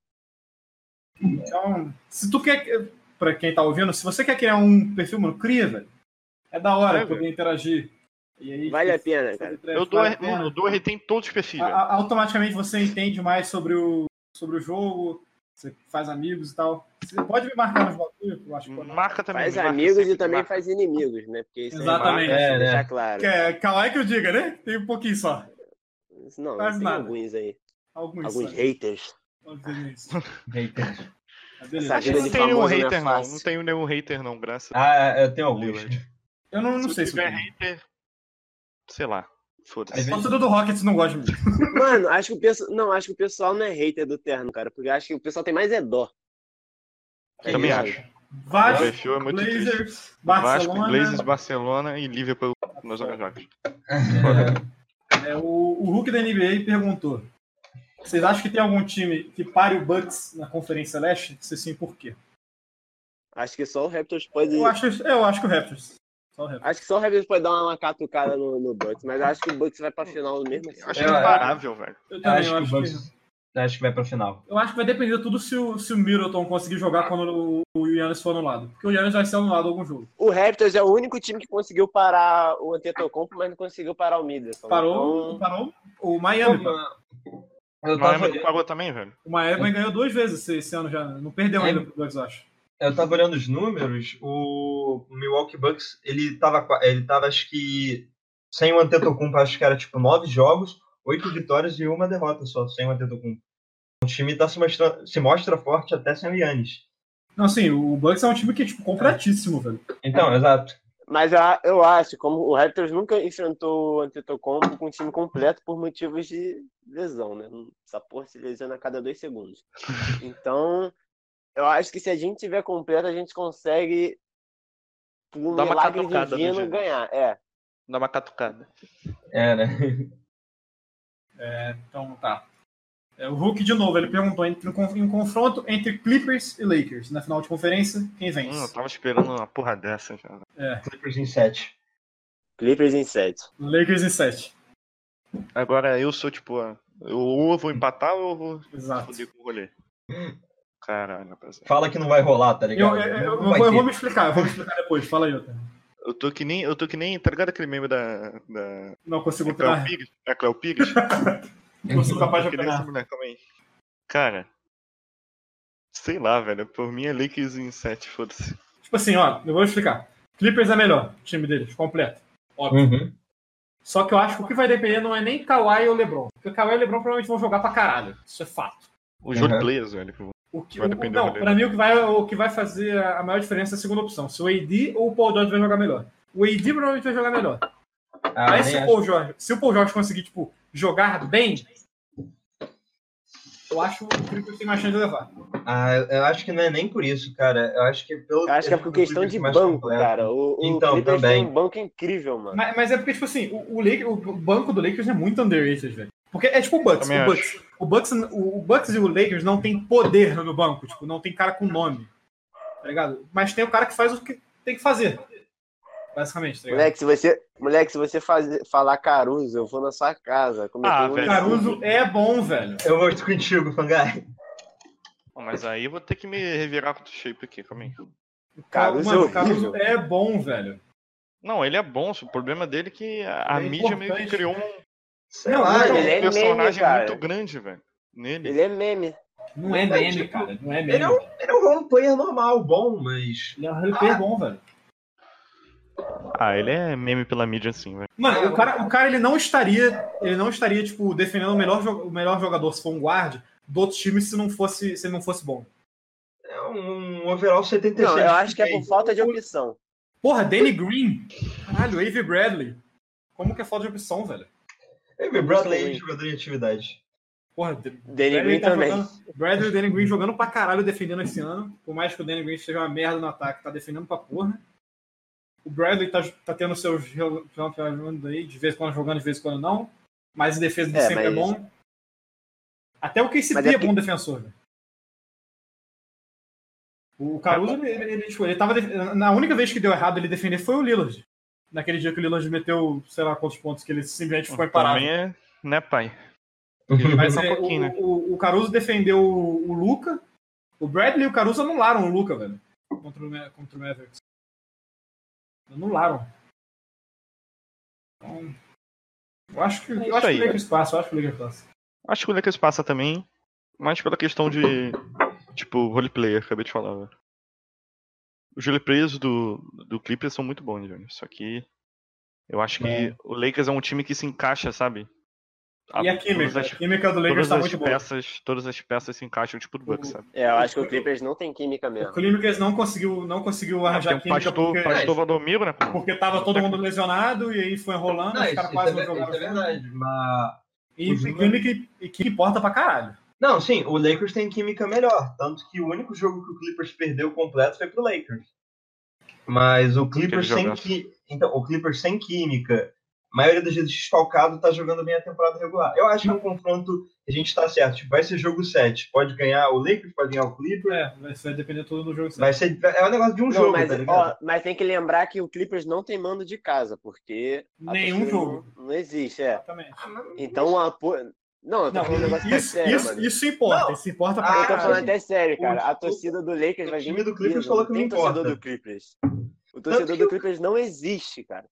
G: Então, se tu quer, pra quem tá ouvindo, se você quer criar um perfil, mano, cria, velho. É da hora
C: É,
G: poder interagir. E aí,
F: Vale a pena, cara.
G: é
C: Eu dou, mano, eu dou retém todos os perfis.
G: A-
C: velho.
G: a- automaticamente você entende mais sobre o, sobre o jogo, você faz amigos e tal. Você pode me marcar nos bagulho, eu acho que
F: Hum,
G: não.
C: Marca também.
F: Faz
C: marca
F: amigos
C: sempre,
F: e também
C: marca.
F: faz inimigos, né? Porque isso aí
G: Exatamente.
F: marca,
E: É,
F: assim,
E: né?
F: deixar claro.
G: Que é Kawaii que eu diga, né? Tem um pouquinho só.
F: Não,
G: Quase
F: tem
G: nada.
F: alguns aí.
G: Alguns.
F: Alguns
G: só.
F: haters.
G: Pode dizer
F: [laughs]
G: isso.
E: Haters.
G: Mas beleza.
F: Essa
C: Acho
F: vida
C: que não
F: de
C: tem nenhum
F: famoso não é
C: hater, não.
F: fácil.
C: Não tenho nenhum hater, não, graças
E: Ah, eu tenho
C: a
E: alguns.
C: Deus.
G: Eu não, não
C: Se
G: sei se eu
C: tiver
G: tenho.
C: hater, sei lá.
E: Às
C: Foda-se.
E: vezes-
G: O torcedor do Rockets não gosta de mim.
F: Mano, acho que o pessoal. Não, acho que o pessoal não é hater do terno, cara. Porque eu acho que o pessoal tem mais é dó. Tá
C: Eu Também
F: isso.
C: acho. O
G: Vasco,
C: perfil é muito triste.
G: Blazers,
C: Vasco,
G: Barcelona.
C: Blazers, Barcelona e Liverpool nos jogos.
G: É, o, o Hulk da NBA perguntou: Vocês acham que tem algum time que pare o Bucks na Conferência Leste? Se sim, por quê?
F: Acho que só o Raptors pode.
G: Eu
F: Acho...
G: acho, eu acho que o Raptors. Só o Raptors.
F: que só o Raptors pode dar uma catucada no, no Bucks, mas acho que o Bucks vai pra final mesmo assim.
C: Eu acho
E: É,
C: imparável, velho.
G: Eu
E: Eu
G: também
E: acho que o Bucks acho que vai pra final.
G: Eu acho que vai depender tudo se o, se o Middleton conseguir jogar quando o, o Yannis for anulado. Porque o Yannis vai ser anulado em algum jogo.
F: O Raptors é o único time que conseguiu parar o Antetokounmpo, mas não conseguiu parar o Middleton.
G: Parou,
F: Então,
G: parou o Miami. pô.
E: Eu tava,
C: Miami pagou também, velho.
G: O Miami ganhou duas vezes esse, esse ano já. Não perdeu
E: É.
G: ainda pro Bucks, eu acho.
E: eu tava olhando os números, o Milwaukee Bucks, ele tava, qua- ele tava acho que sem o Antetokounmpo, acho que era tipo nove jogos, oito vitórias e uma derrota só, sem o Antetokounmpo. O time tá se, mostrando, se mostra forte até sem o Yannis.
G: Não, assim, o Bucks é um time que é, tipo, completíssimo, velho. É.
E: Então, exato.
F: Mas eu, a- eu acho, como o Raptors nunca enfrentou o Antetokounmpo com um time completo por motivos de lesão, né? Essa porra se lesiona a cada dois segundos. Então, eu acho que se a gente tiver completo, a gente consegue por um
C: Dá uma
F: milagre
C: catucada no
F: divino
C: Giants.
F: ganhar. É.
C: Dá uma catucada.
E: É, né? [laughs]
G: É, então tá. É, o Hulk, de novo, ele perguntou entre um, conf- em um confronto entre Clippers e Lakers. Na final de conferência, quem vence?
C: Hum, eu tava esperando uma porra dessa, cara.
E: Clippers em 7.
F: Clippers em 7.
G: Lakers em 7.
C: Agora eu sou tipo, ah, eu, ou eu vou empatar ou eu vou
G: Exato.
C: foder com o rolê. Caralho, rapaziada.
E: Fala que não vai rolar, tá
G: Eu,
E: ligado?
G: eu- eu-
E: Não
G: eu vou,
E: vai
G: eu
E: ter.
G: vou me explicar, eu vou me explicar depois. Fala aí, Otávio.
C: Eu tô que nem, eu tô que nem, tá ligado aquele meme da, da
G: Não consigo
C: é Cleo
G: opinar.
C: Pires? É Cleo Pires?
G: Não sou capaz de
C: Que nem essa
G: opinar.
C: mulher, calma aí. Cara, sei lá, velho. Por mim é Lakers em 7, foda-se.
G: Tipo assim, ó, eu vou explicar. Clippers é melhor, time deles, completo. Óbvio.
E: Uhum.
G: Só que eu acho que o que vai depender não é nem Kawhi ou LeBron. Porque o Kawhi e o LeBron provavelmente vão jogar pra caralho. Isso é fato.
C: O jogo
E: Uhum.
C: players, velho.
G: O que,
C: Vai
G: o-
C: depender
G: não,
C: do
G: pra mim o que, vai, o que vai fazer a a maior diferença é a segunda opção. Se o AD ou o Paul George vai jogar melhor. O AD provavelmente vai jogar melhor.
E: Ah,
G: Mas
E: nem
G: se o,
E: acho.
G: Paul George, se o Paul George conseguir, tipo, jogar bem, eu acho que o Clippers tem mais chance de levar.
C: Tá.
E: Ah, eu- eu acho que não é nem por isso, cara. Eu acho que pelo.
F: Eu
E: [laughs]
F: acho que é por
E: pelo
F: questão
E: Clippers
F: de
E: mais
F: banco,
E: completo.
F: cara. O, o
E: Então,
F: Clippers
E: também.
F: tem um banco incrível, mano.
G: Mas, mas é porque, tipo assim, o, o, Lakers- o banco do Lakers é muito underrated, velho. Porque é tipo o Bucks.
C: Também
G: O Bucks, o, Bucks o, o Bucks e o Lakers não tem poder no banco. Tipo, não tem cara com nome. Tá ligado? Mas tem o cara que faz o que tem que fazer. Basicamente, tá ligado?
F: Moleque, se você, moleque, se você faz- falar Caruso, eu vou na sua casa. um Como
C: Ah,
F: todo mundo-
C: velho.
G: Caruso é bom, velho.
E: Eu vou contigo, Fangai.
C: Mas aí eu vou ter que me revirar com o shape aqui, calma aí.
F: Caruso é
G: Mano,
F: horrível.
G: Caruso é bom, velho.
C: Não, ele é bom, só o problema dele é que a, a
G: Ele é
C: mídia meio que
G: importante.
C: criou um
E: Sei
G: Não,
E: lá,
G: ele
E: ele,
F: é meme,
C: personagem
F: cara.
C: muito grande, velho. Nele.
F: Ele é meme.
G: Não é meme, cara. Não é meme.
E: ele é um, ele é um role player normal, bom, mas.
G: Ele é um roleplayer bom, velho.
C: Ah, ele é meme pela mídia, sim, velho.
G: Mano, o cara, o cara ele não estaria, ele não estaria tipo defendendo o melhor, jo- o melhor jogador se for um guard do outro time se não fosse, se ele não fosse bom.
E: É um, um overall 76.
F: Não, eu acho que é por falta de opção.
G: Porra, Danny Green. Caralho, Avery Bradley. Como que é falta de opção, velho?
E: Avery Bradley é jogador em atividade.
G: Porra, D-
F: Danny Green
G: tá
F: também.
G: jogando- Bradley e Danny Green jogando pra caralho defendendo esse ano. Por mais que o Danny Green seja uma merda no ataque, tá defendendo pra porra. O Bradley tá, tá tendo seus jogos aí, de vez em quando jogando, de vez em quando não. Mas em defesa
F: É,
G: sempre é
F: mas-
G: bom. Até o KCP
F: Mas é
G: é,
F: porque-
G: bom defensor, velho. O Caruso, ele, ele, ele, tipo, ele tava. def- Na única vez que deu errado ele defender foi o Lillard. Naquele dia que o Lillard meteu, sei lá quantos pontos, que ele simplesmente ficou imparável.
C: Também é, né, pai?
G: Mas
C: Só um
G: é, o,
C: pouquinho, né?
G: o- o Caruso defendeu o, o Luca. O Bradley e o Caruso anularam o Luca, velho. Contra o, Ma- contra o Mavericks. Anularam. Então, eu acho que, eu
C: É isso
G: acho
C: aí,
G: que o Lakers passa, eu acho que o Lakers passa.
C: Acho que o Lakers passa também, mas pela questão de, tipo, roleplayer, acabei de falar, velho. Os roleplayers do, do Clippers são muito bons, velho. Só que eu acho que o Lakers é um time que se encaixa, sabe?
G: E a química?
C: Ah, Todas
G: A
C: as,
G: química do Lakers
C: todas
G: tá
C: as
G: muito boa.
C: peças, todas as peças se encaixam, tipo do Bucks, sabe?
F: É, eu acho que o Clippers não tem química
G: O
F: mesmo.
G: Clippers não conseguiu, não conseguiu arranjar
C: Ah, Tem o
G: química
C: pastor,
G: porque, é
C: pastor Valdomiro, né? pô?
G: porque tava todo mundo lesionado e aí foi enrolando,
E: Não,
G: os
E: isso,
G: caras
E: isso
G: quase não
E: é,
G: jogaram.
E: isso é verdade. Mas...
G: E,
E: Os-
G: e química e que importa pra caralho.
E: Não, sim, o Lakers tem química melhor. Tanto que o único jogo que o Clippers perdeu completo foi pro Lakers. Mas o Clippers sem
C: jogaço.
E: qui... Então, o Clippers sem química, a maioria das vezes desfalcado, tá jogando bem a temporada regular. Eu acho que é um confronto que a gente tá certo. Tipo, vai ser jogo 7. Pode ganhar o Lakers, pode ganhar o Clippers.
G: É, vai- vai depender tudo do jogo. certo.
E: Vai ser. É um negócio de um
F: Não,
E: jogo,
F: mas,
E: tá
F: ó,
E: ligado?
F: mas tem que lembrar que o Clippers não tem mando de casa, porque. a
G: Nenhum
F: torcida
G: jogo.
F: Não, não existe, é.
G: Exatamente.
F: Então a. po- Não, eu tô
G: Não,
F: falando um negócio que é
G: isso,
F: sério,
G: isso-
F: mano.
G: isso importa,
E: tá Não.
G: isso importa
E: Ah,
F: Eu tô
G: pra
F: falando
G: caralho.
F: até sério, cara. A
E: o-
F: torcida do Lakers
E: o
F: vai
E: time
F: vir.
E: do Clippers
F: peso,
E: falou que
F: não tem
E: não
F: torcedor
E: importa.
F: do Clippers. O torcedor
E: que o-
F: do Clippers não existe, cara.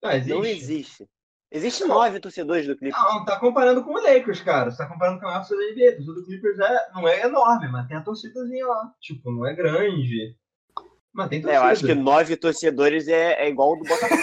E: Não, existe.
F: Não existe. Existe nove torcedores do Clippers.
E: Não, tá comparando com o Lakers, cara. Você tá comparando com a maior torcida da NBA. A torcida do Clippers é, não é enorme, mas tem a torcidazinha lá. Tipo, não é grande. Mas tem
F: É,
E: torcida.
F: eu acho que nove torcedores é, é igual ao do Botafogo.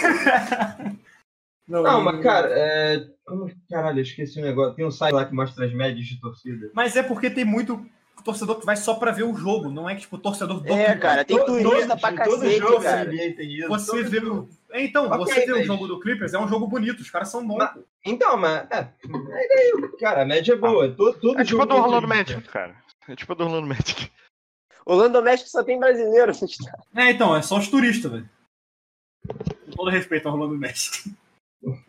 E: Não, mas cara, é... como- Caralho, eu esqueci o negócio. Tem um site lá que mostra as médias de torcida.
G: Mas é porque tem muito torcedor que vai só pra ver o jogo, não é que, tipo, torcedor do
F: É,
G: Clippers.
F: cara, tem
E: Todo-
F: turista
E: todo-
F: pra
E: todo
F: cacete,
E: jogo da
F: cara.
E: NBA tem isso.
G: Você
E: todo
G: vê o... É, Então,
E: Ok,
G: você vê o
E: mas-
G: jogo do Clippers, é um jogo bonito, os caras são bons.
E: Mas- Então, mas... É, é daí, cara, a média
F: Ah.
E: é boa. Todo, todo
C: É tipo
E: jogo
C: a do
E: tem
C: Orlando
E: torcida.
C: Magic, cara. É tipo a do Orlando Magic.
F: Orlando México só tem brasileiro. [laughs]
G: É, então, é só os turistas, velho. Com todo respeito ao Rolando Mestre. [laughs]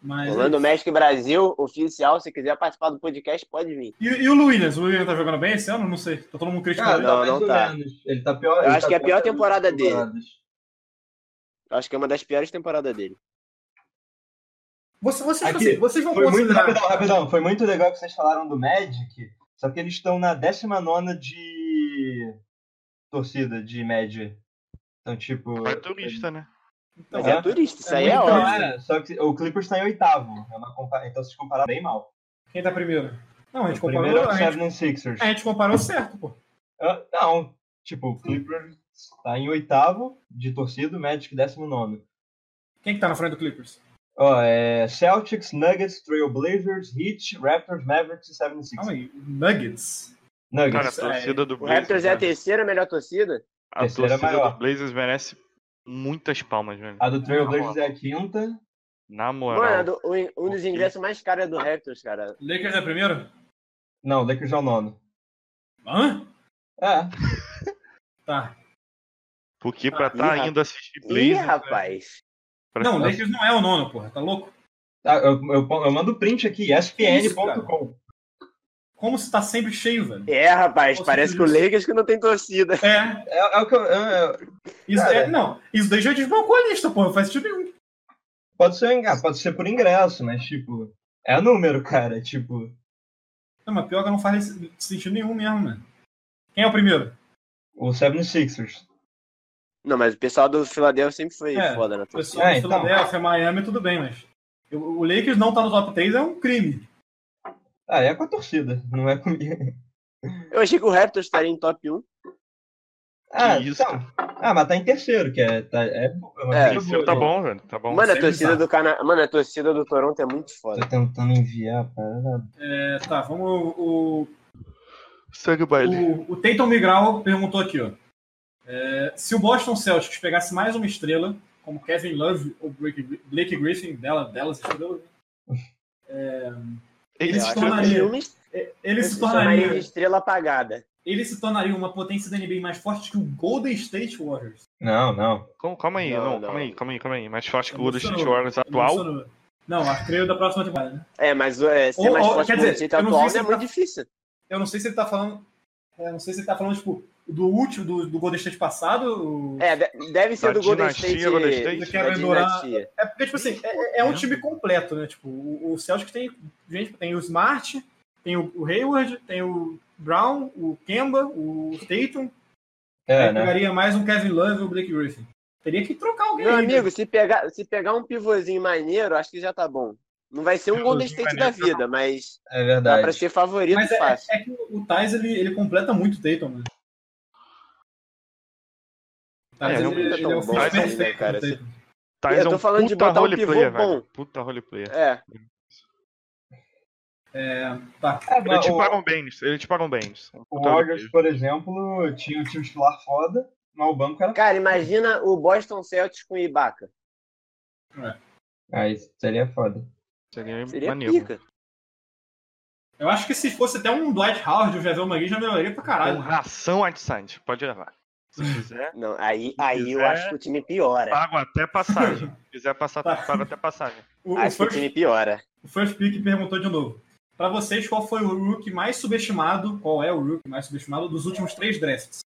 G: Mas, é
F: Rolando Magic Brasil, oficial, se quiser participar do podcast, pode vir.
G: E, e o Lu Williams? O Lu Williams tá jogando bem esse ano? Não sei. Tá todo mundo
E: Cara,
G: criticando
E: tá
F: não,
E: mais
F: não
E: ou
F: tá.
E: menos. Ele tá pior.
F: Eu
E: ele
F: acho
E: tá
F: que é a pior
E: pior que
F: temporada
E: as
F: dele.
E: temporadas.
F: Eu acho que é uma das piores temporadas dele.
G: Você, vocês,
E: Aqui,
G: assim, vocês vão
E: Foi muito,
G: considerar.
E: rapidão, rapidão. Foi muito legal que vocês falaram do Magic, só que eles estão na 19 de torcida de média. Então, tipo.
F: É.
C: Vai turista, né?
F: Mas
E: Aham.
F: é turista, isso aí é
E: Então,
G: muito
F: óbvio.
G: óbvio.
E: é, só que o Clippers tá em oitavo. É uma compa- Então vocês compararam bem mal.
G: Quem tá primeiro? Não, a gente comparou. É.
E: Primeiro é o
G: a, gente,
E: 76ers.
G: a gente comparou certo, pô.
E: Ah, Não, tipo, o Clippers tá em oitavo de torcida, o Magic 19.
G: Quem que tá na frente do Clippers?
E: Ó, é Celtics, Nuggets, Trailblazers, Heat, Raptors, Mavericks e 76ers.
G: Calma aí. Nuggets.
C: Cara, a
E: Nuggets.
C: torcida do
F: É. O Raptors
C: Blazers.
F: é a
C: né?
F: terceira melhor torcida?
C: A
E: terceira
C: torcida
E: maior.
C: do Blazers merece muitas palmas, velho.
E: A do Trailblazers
C: Na
E: é a quinta.
C: moral. Na
F: Mano, é
C: moral.
F: do- o- um dos ingressos mais caros é do Raptors, cara.
G: Lakers é primeiro?
E: Não, Lakers é o nono.
G: Hã?
E: É,
G: Tá.
C: Porque pra
G: Ah,
C: tá
F: ih,
C: ainda assistir
F: Ih,
G: né?
C: Blazers.
F: rapaz.
C: pra-
G: Não, o Lakers não é o nono, porra. Tá louco?
E: tá, eu, eu, eu mando print aqui, espn.com.
G: Como se tá sempre cheio, velho.
F: É, rapaz,
G: Nossa,
F: parece que o
G: que isso.
F: Lakers que não tem torcida.
G: É.
E: É, é o que eu, é- é-
G: Isso
E: Cara.
G: é, não, isso daí já desbancou a lista, porra. Não faz sentido nenhum.
E: pode, ser, enga- pode ser por ingresso, mas tipo, é número, cara. Tipo,
G: Não, mas pior que não faz sentido nenhum mesmo, mano. Quem é o primeiro?
E: o 76ers.
F: Não, mas o pessoal do Philadelphia sempre foi
G: É,
F: foda na torcida.
G: Pessoal,
E: É,
G: é,
E: então.
G: Philadelphia, Miami, tudo bem, mas. eu- O Lakers não tá no top 3 é um crime.
E: Ah, é com a torcida, não é comigo.
F: Eu achei que o Raptors estaria em top 1.
E: Ah,
C: isso,
E: então. Ah, mas tá em terceiro, que é. Tá, é, é uma
F: É,
E: coisa
C: Esse
E: boa,
C: tá
E: né?
C: bom, velho. Tá bom.
F: Mano, a
G: sempre
F: torcida
G: tá.
F: do Cana... Mano, a torcida do Toronto é muito foda.
E: Tô tentando enviar, cara.
G: É, tá, vamos. O,
C: Segue o baile.
G: o, o Tatum Migral perguntou aqui, ó. É, se o Boston Celtics pegasse mais uma estrela, como Kevin Love ou Blake Blake Griffin, dela, delas estrelas,
C: Ele
G: Eles
F: Eu
G: se
F: acho
G: tornariam-
F: que o filme
G: ele se
F: chamaria de
G: tornaria,
F: estrela apagada.
G: ele se tornaria uma potência da NBA mais forte que o Golden State Warriors.
E: Não, não.
C: Calma, calma aí,
F: Não,
C: não,
F: não.
C: calma aí, calma aí, calma aí. Mais forte que o
G: Ele
C: Golden State
G: funcionou.
C: Warriors
G: Ele não
C: atual.
G: funcionou. Não, a creio da próxima temporada, né?
F: É, mas é, ser
G: Ou-
F: mais
G: ou-
F: forte
G: quer
F: que o
G: dizer,
F: Golden State
G: eu não
F: atual
G: sei se
F: é
G: tá-
F: muito difícil.
G: Eu não sei se ele tá falando. Eu não sei se ele tá falando, tipo, do último, do, do Golden State passado. o-
F: É, de- deve ser
C: Da
F: do Golden
C: dinastia,
F: State.
C: Golden State?
F: da
G: Eu quero adorar-
F: dinastia.
G: É porque, tipo assim, é, é um time completo, né? Tipo, o, o Celtic tem gente, tem o Smart, tem o, o Hayward, tem o Brown, o Kemba, o Tatum.
E: É,
G: aí
E: né?
G: pegaria mais um Kevin Love ou o Blake Griffin. Teria que trocar alguém.
F: Meu
G: aí, né?
F: amigo, se pegar, se pegar um pivôzinho maneiro, acho que já tá bom. Não vai ser um Golden
C: Pivôzinho
F: State da vida, mas
E: É
F: dá pra
E: verdade.
F: ser favorito
G: tá Mas é,
F: fácil.
G: é que o Thais, ele, ele completa muito o Tatum, né? O Thais,
C: É, não
F: completa tão
G: o
F: bom
G: fifth
C: assim,
G: best
F: né,
G: player do
F: cara?
G: Tatum.
C: Thais
F: Eu
C: é
F: tô
C: um
F: falando de
C: puta
F: botar um
C: roleplayer,
F: pivô
C: velho. Puta roleplayer.
F: É.
G: Tá.
E: É,
C: Eles
E: mas
C: te
E: o,
C: pagam bem, nisso, eles te pagam bem. nisso. Um
E: o
C: puta
E: Warriors,
C: roleplayer.
E: por exemplo, tinha um time titular foda, mas o banco era.
F: Cara, imagina o Boston Celtics com o Ibaka.
E: Ah, isso seria foda.
C: Seria,
F: Seria
C: maneiro.
F: pica.
G: Eu acho que se fosse até um Dwight Howard, o Javel Magui já melhoraria pra
C: Com
G: caralho.
C: ração Adsand, pode levar. Se quiser,
F: Não, aí, aí eu
C: quiser-
F: acho que o time
G: Ah,
F: piora.
C: pago até passagem. Se quiser passar,
G: Tá.
C: pago até passagem.
G: O, o
F: Acho que o time
G: first,
F: piora.
G: o first Pick perguntou de novo. Pra vocês, qual foi o rookie mais subestimado? Qual é o rookie mais subestimado dos últimos três drafts?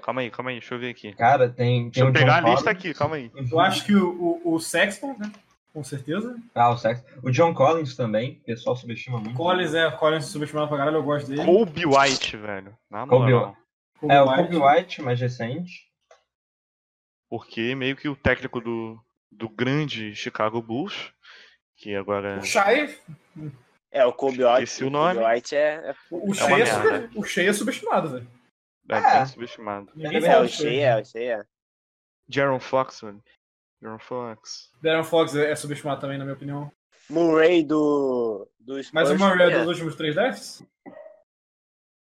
C: Calma aí, calma aí, deixa eu ver aqui.
E: Cara, tem.
C: Deixa
E: tem
C: eu
E: o
C: pegar a
E: John
C: lista
E: Collins.
C: aqui, calma aí.
G: Eu acho que o, o, o Sexton, né? Com certeza.
E: Ah, o sexo. O John Collins também, o pessoal subestima muito.
G: Collins é Collins subestimado pra caralho, eu gosto dele.
C: Kobe White, velho. Na
E: Kobe
C: moral.
G: Kobe
E: É, o
G: White.
E: Kobe White, mais recente.
C: Porque meio que o técnico do, do grande Chicago Bulls, que agora.
G: O Shai,
F: É, o Kobe White.
C: Esqueci o nome.
F: Kobe White é, é
G: o, o,
C: É uma
G: Shai é
C: merda.
G: sub- o Shai é subestimado, velho.
C: É,
E: É.
C: bem subestimado.
G: Ninguém
E: É,
F: É,
G: fala
F: o
G: do Shai.
F: Shea é, o Shea é.
C: Jaron Fox, velho. Jaron Fox.
G: Darren Fox é é subestimado também, na minha opinião.
F: Murray do, do Spurs.
G: Mas o Murray é
F: é.
G: dos últimos três drafts?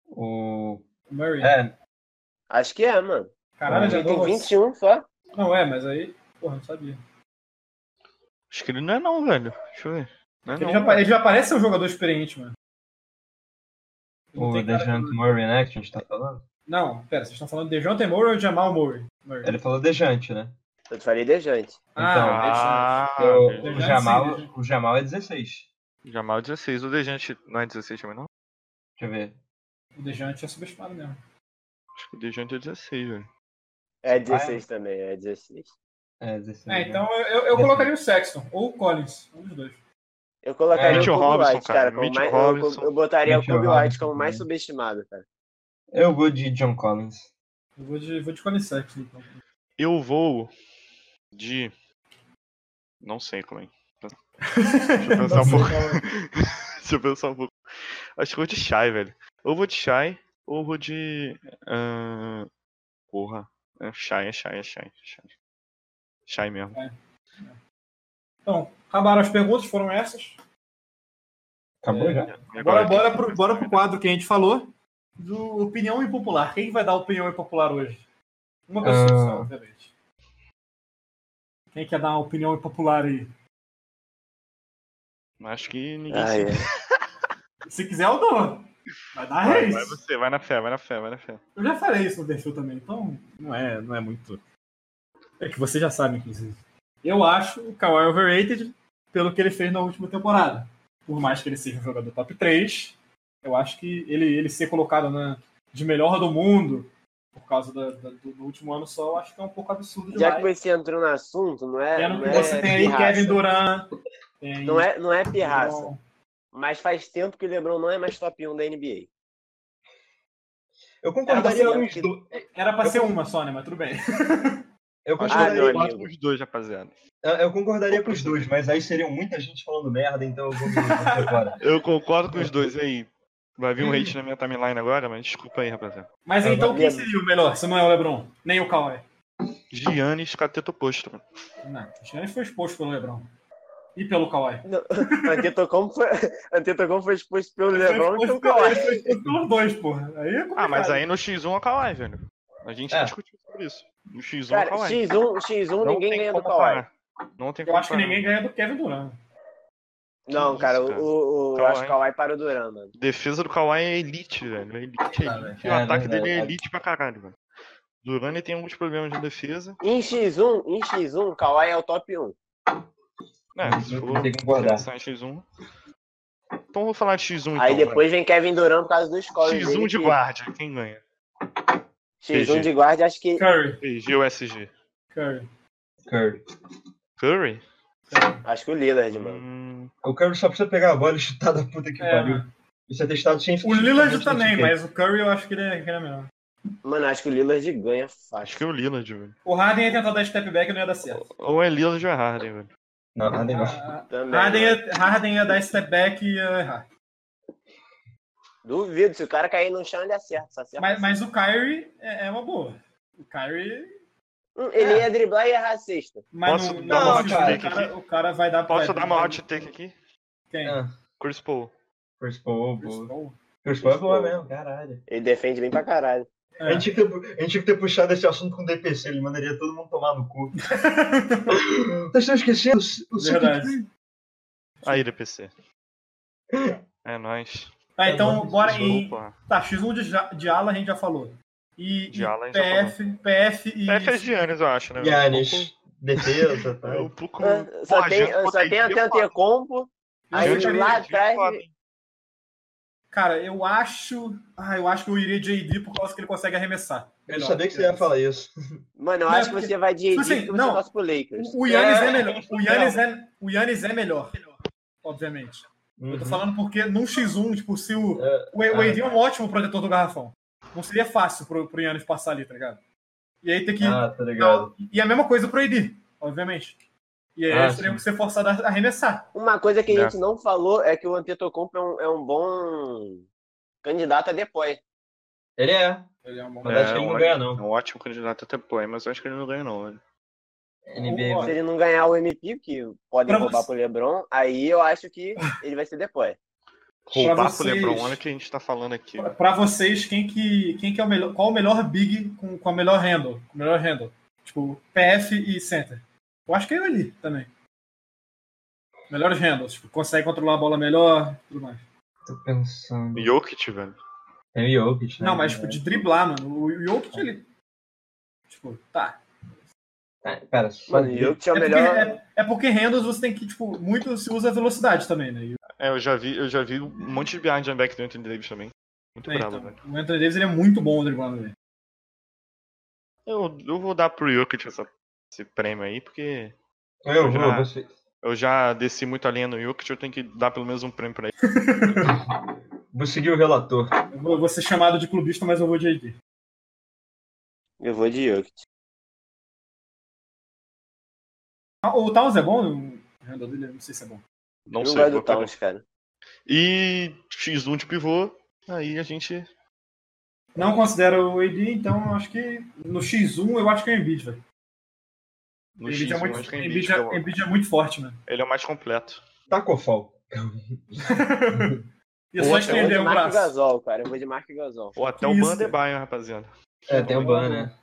E: O.
G: O Murray.
E: É,
F: Acho que é, mano.
G: Caralho, já
F: Ele tem
G: deu
F: 21 só.
G: Não é, mas aí. Porra, não sabia.
C: Acho que ele não é não, velho. Deixa eu ver. Não é
G: Ele,
C: não,
G: já,
C: velho.
G: pa- ele já parece ser um jogador experiente, mano. Ele
E: o
G: tem cara-
E: Dejante Murray, né? Que a gente tá falando.
G: Não, pera, vocês estão falando de Dejounte Murray ou Jamal Murray? Murray.
E: Ele falou Dejante, né?
F: Eu te falei Dejante.
G: Ah,
C: Ah,
H: Eu-
G: Dejante
H: o, Jamal,
G: sim, Dejante.
H: o Jamal é 16.
C: Jamal é 16. O Dejante não é 16 também, não?
H: Deixa eu ver.
G: o Dejante é subestimado mesmo.
C: Acho que o Dejante é 16, velho.
F: É 16 também, é 16.
H: É, 16.
G: É, então eu, eu- eu colocaria o Sexton ou o Collins, um dos dois.
F: Eu colocaria
H: É,
F: o
C: Mitchell
F: Kobe
C: Robinson,
F: White,
C: cara,
F: cara. como
C: Mitchell
F: mais- eu-
C: Robinson.
F: eu, botaria
H: Mitchell
F: o Kobe White
H: Robinson
F: como mais
H: também.
F: subestimado, cara.
H: Eu vou de John Collins.
G: Eu vou de, vou de Collins Sexton, então.
C: Eu vou de. Não sei como é. Deixa eu pensar um pouco. [laughs] Deixa eu pensar um pouco. Acho que eu vou de Shai, velho. Ou vou de Shai, ou vou de. ah, Porra. É Shai, é Shai, é Shai. Shai, Shai mesmo.
G: Então, acabaram as perguntas, foram essas.
H: Acabou
G: É.
H: já?
G: Agora bora pro, bora pro quadro que a gente falou do opinião impopular. Quem vai dar opinião impopular hoje? Uma pessoa
H: Ah.
G: só, obviamente. Quem quer dar uma opinião impopular aí?
C: Acho que ninguém
F: Ah,
C: sabe.
F: é.
G: Se quiser, eu dou. Vai dar
C: Vai,
G: reis.
C: vai você, vai na fé, vai na fé, vai na fé.
G: Eu já falei isso no perfil também, então não é, não é muito. É que você já sabe, inclusive. Eu acho o Kawhi overrated pelo que ele fez na última temporada. Por mais que ele seja um jogador top 3, eu acho que ele, ele ser colocado na, de melhor do mundo por causa da- da- do, do último ano só, eu acho que é um pouco absurdo
F: Já que
G: demais.
F: você entrou no assunto, não é.
G: Tendo
F: não
G: que
F: é
G: você tem aí
F: pirraça.
G: Kevin Durant. tem
F: Não é, não é pirraça.
G: LeBron.
F: Mas faz tempo que o Lebron não é mais top 1 da NBA.
H: Eu concordaria
G: é um
F: Era pra
H: com
F: ser-
H: os dois.
G: Era pra ser uma só, né? Mas tudo bem.
H: Eu
C: Acho
E: é
F: Ah,
H: concordaria,
F: meu
C: que
F: amigo.
C: eu com os dois, rapaziada.
H: eu- eu concordaria com os dois, mas aí seriam muita gente falando merda, então eu vou me vou agora.
C: Eu concordo com os dois e aí. Vai vir um hate na minha timeline agora, mas desculpa aí, rapaziada.
G: Mas
H: É,
G: então quem
F: valeu.
G: seria o melhor? Se não é o LeBron, nem o Kawhi.
C: Giannis, cateto posto, mano.
G: Não, o Giannis foi exposto pelo Lebron. E pelo Kawhi.
F: Não, Antetokounmpo foi, [laughs] Antetokounmpo foi exposto pelo
G: Foi
F: LeBron e
G: exposto
F: pelo
G: pelo-
F: Kawhi.
G: ele foi exposto pelos dois, porra. Aí é complicado.
C: Ah, mas aí no X1 é o Kawhi, velho. A gente
H: É.
C: discutiu sobre isso. No X1 é
F: Cara,
C: o Kawhi.
F: X1, X1
C: Não
F: ninguém
C: tem
F: ganha do
C: como
F: Kawhi.
C: parar. Não tem
G: Eu
C: como
G: acho que
C: parar.
G: ninguém ganha do Kevin Durant.
F: Não,
C: isso,
F: cara,
C: cara.
F: o, o, eu
C: Kawhi.
F: acho que o Kawhi para o Duran, mano.
C: Defesa do Kawhi é elite, velho. É elite, é
G: Ah,
C: elite.
H: velho.
C: o
H: É,
C: ataque
H: né,
C: dele é
H: velho?
C: elite pra caralho, velho. Durani tem alguns problemas de defesa.
F: Em X1, em X1, o Kawhi é o top 1.
C: É, se for
H: Tem que concordar.
C: pensar em X1. Então eu vou falar de X1 então,
F: Aí
C: vai.
F: depois vem Kevin Durant por causa do score
G: um
F: dele,
C: X1 de
F: que-
C: guarda, quem ganha?
F: X1
C: PG.
F: de guarda, acho que
G: Curry.
C: PG ou SG?
G: Curry.
H: Curry.
C: Curry?
F: acho que o Lillard, mano.
C: Hum,
H: O Curry só precisa pegar a bola e chutar da puta que
G: É,
H: pariu.
G: mano.
H: Isso é testado
G: o
H: cientificamente.
G: Lillard
H: não
G: também,
H: sei o quê.
G: mas o Curry eu acho que ele é, que ele é melhor.
F: Mano, acho que o Lillard ganha
C: acho
F: fácil.
C: que é o Lillard, velho.
G: O Harden ia tentar dar step back e não ia dar certo.
C: Ou é Lillard ou é Harden, velho.
H: Não, nada igual.
G: Ah,
F: Também.
G: Harden,
F: mano.
G: ia, Harden ia dar step back e ia errar.
F: Duvido, se o cara cair no chão, ele acerta. Só acerta.
G: é- Mas, mas o Kyrie é, é uma boa. O Kyrie...
F: Hum,
G: É.
F: Ele ia driblar e errar a sexta.
G: Mas
C: Posso
G: no-
C: dar
G: na
H: uma
G: hora de
H: hot
G: ver,
C: take
G: o cara-
C: aqui?
G: o cara vai dar...
C: Posso
G: vai-
C: dar uma hot take aqui?
G: Quem?
H: Ah,
C: Chris Paul.
H: Chris Paul,
G: Chris
H: boa.
G: Paul.
H: Chris Paul é boa mesmo, caralho.
F: Ele defende bem pra caralho.
G: É.
H: A, gente tinha que ter, a gente tinha que ter puxado esse assunto com o DPC, ele mandaria todo mundo tomar no
G: [laughs]
H: cu. Vocês estão esquecendo? O, o
G: Verdade.
C: Aí, DPC. É nóis.
G: Tá, então bora
C: X1,
G: em...
C: porra.
G: Tá, X1 de, ja- de ala a gente já falou. E,
C: De
G: e
C: ala a gente já
G: PF, PF e.
C: É Giannis, eu acho, né? velho?
H: Giannis, defesa, tá?
C: É um pouco.
F: Ah, Só
C: Porra,
F: tem,
C: Giannis tá
F: só tem
C: poderia
F: até o
C: falar.
F: Tecompo. Aí
G: Giannis
F: lá
C: Giannis
F: atrás.
C: foda, hein?
G: Cara, eu acho. Ah, eu acho que eu iria de AD por causa que ele consegue arremessar.
H: Eu
G: Melhor.
H: sabia que você ia falar isso.
F: Mano, eu
G: Não,
F: acho que
G: porque-
F: você vai de
G: Tipo
F: AD
G: assim,
F: que você
G: não.
F: torce pro Lakers.
G: O Yannis é, melhor. O Yannis é, o Giannis é melhor. Obviamente. Eu tô falando porque num X1, tipo, se o.
H: Uhum. É,
G: O, o AD é um ótimo protetor do garrafão. Não seria fácil pro, pro Yannis passar ali, tá ligado? E aí tem que.
H: Ah, tá ligado.
G: E a mesma coisa pro AD, obviamente. E aí
H: Ah,
G: eles teriam
H: sim.
G: que ser forçados a arremessar.
F: Uma coisa que a
C: É.
F: gente não falou é que o Antetokounmpo é um, é um bom candidato a depois.
H: Ele é,
G: Ele é um bom
H: mas acho que ele
C: É,
H: não
C: olha.
H: ganha,
C: É
H: não.
C: um ótimo candidato até play, mas eu acho que ele não ganha, não, velho.
H: NBA,
G: Olha.
F: Se ele não ganhar o MVP, que podem
G: Pra
F: roubar
G: você-
F: pro LeBron, aí eu acho que ele vai ser [laughs] depois.
C: Roubar pro
G: vocês-
C: Lebron, olha o que a gente tá falando aqui.
G: Pra- Pra vocês, quem que, quem que é o melhor, qual o melhor big com, com a melhor handle? Com o melhor handle? Tipo, PF e center. Eu acho que é ali também. Melhores handles, tipo, consegue controlar a bola melhor, tudo mais.
H: tô pensando.
C: Jokic, velho.
H: Tem o
C: É,
H: Jokic, né?
G: Não, mas tipo, de driblar, mano. O o Jokic, ele. Tipo, tá.
H: Ah, pera, só
F: Mano,
H: ver.
F: e eu que tinha o
G: É porque,
F: melhor.
G: é, é porque handles você tem que, tipo, muito se usa velocidade também, né? E
C: É, eu já vi, eu já vi um monte de behind and back do Anthony Davis também. Muito
G: É,
C: bravo,
G: então,
C: velho.
G: o Anthony Davis ele é muito bom driblando. velho.
C: Eu, eu vou dar pro Jokic essa, esse prêmio aí, porque
H: Eu
C: já-
H: vou, você.
C: eu já desci muito a linha no Jokic, eu tenho que dar pelo menos um prêmio pra ele.
H: Vou seguir o relator.
G: Eu vou, eu vou ser chamado de clubista, mas eu vou de AD.
F: Eu vou de Jokic.
G: Ah, O Towns é bom? O handle dele, eu não sei se é bom.
C: Não
F: eu
C: sei.
F: gosto
C: vou
F: do
C: acabar.
F: Towns, cara.
C: E X1 de pivô, aí a gente.
G: Não considero o AD, então eu acho que no X1 eu acho que é o Embiid, velho. O
C: No
G: Embiid, é
C: X1,
G: muito-
C: acho que é
G: Embiid
C: Embiid,
G: é-
C: pelo-
G: Embiid é muito forte, mano.
C: Ele é o mais completo.
H: Tacofol.
G: Ia é só
F: Eu vou
G: estender
F: de
G: o
F: Marco
G: braço.
F: Gasol, cara. Eu vou de Marco Gasol.
C: Ou até
G: Isso.
C: o Bandebaio, rapaziada.
H: É, tem o ban, né?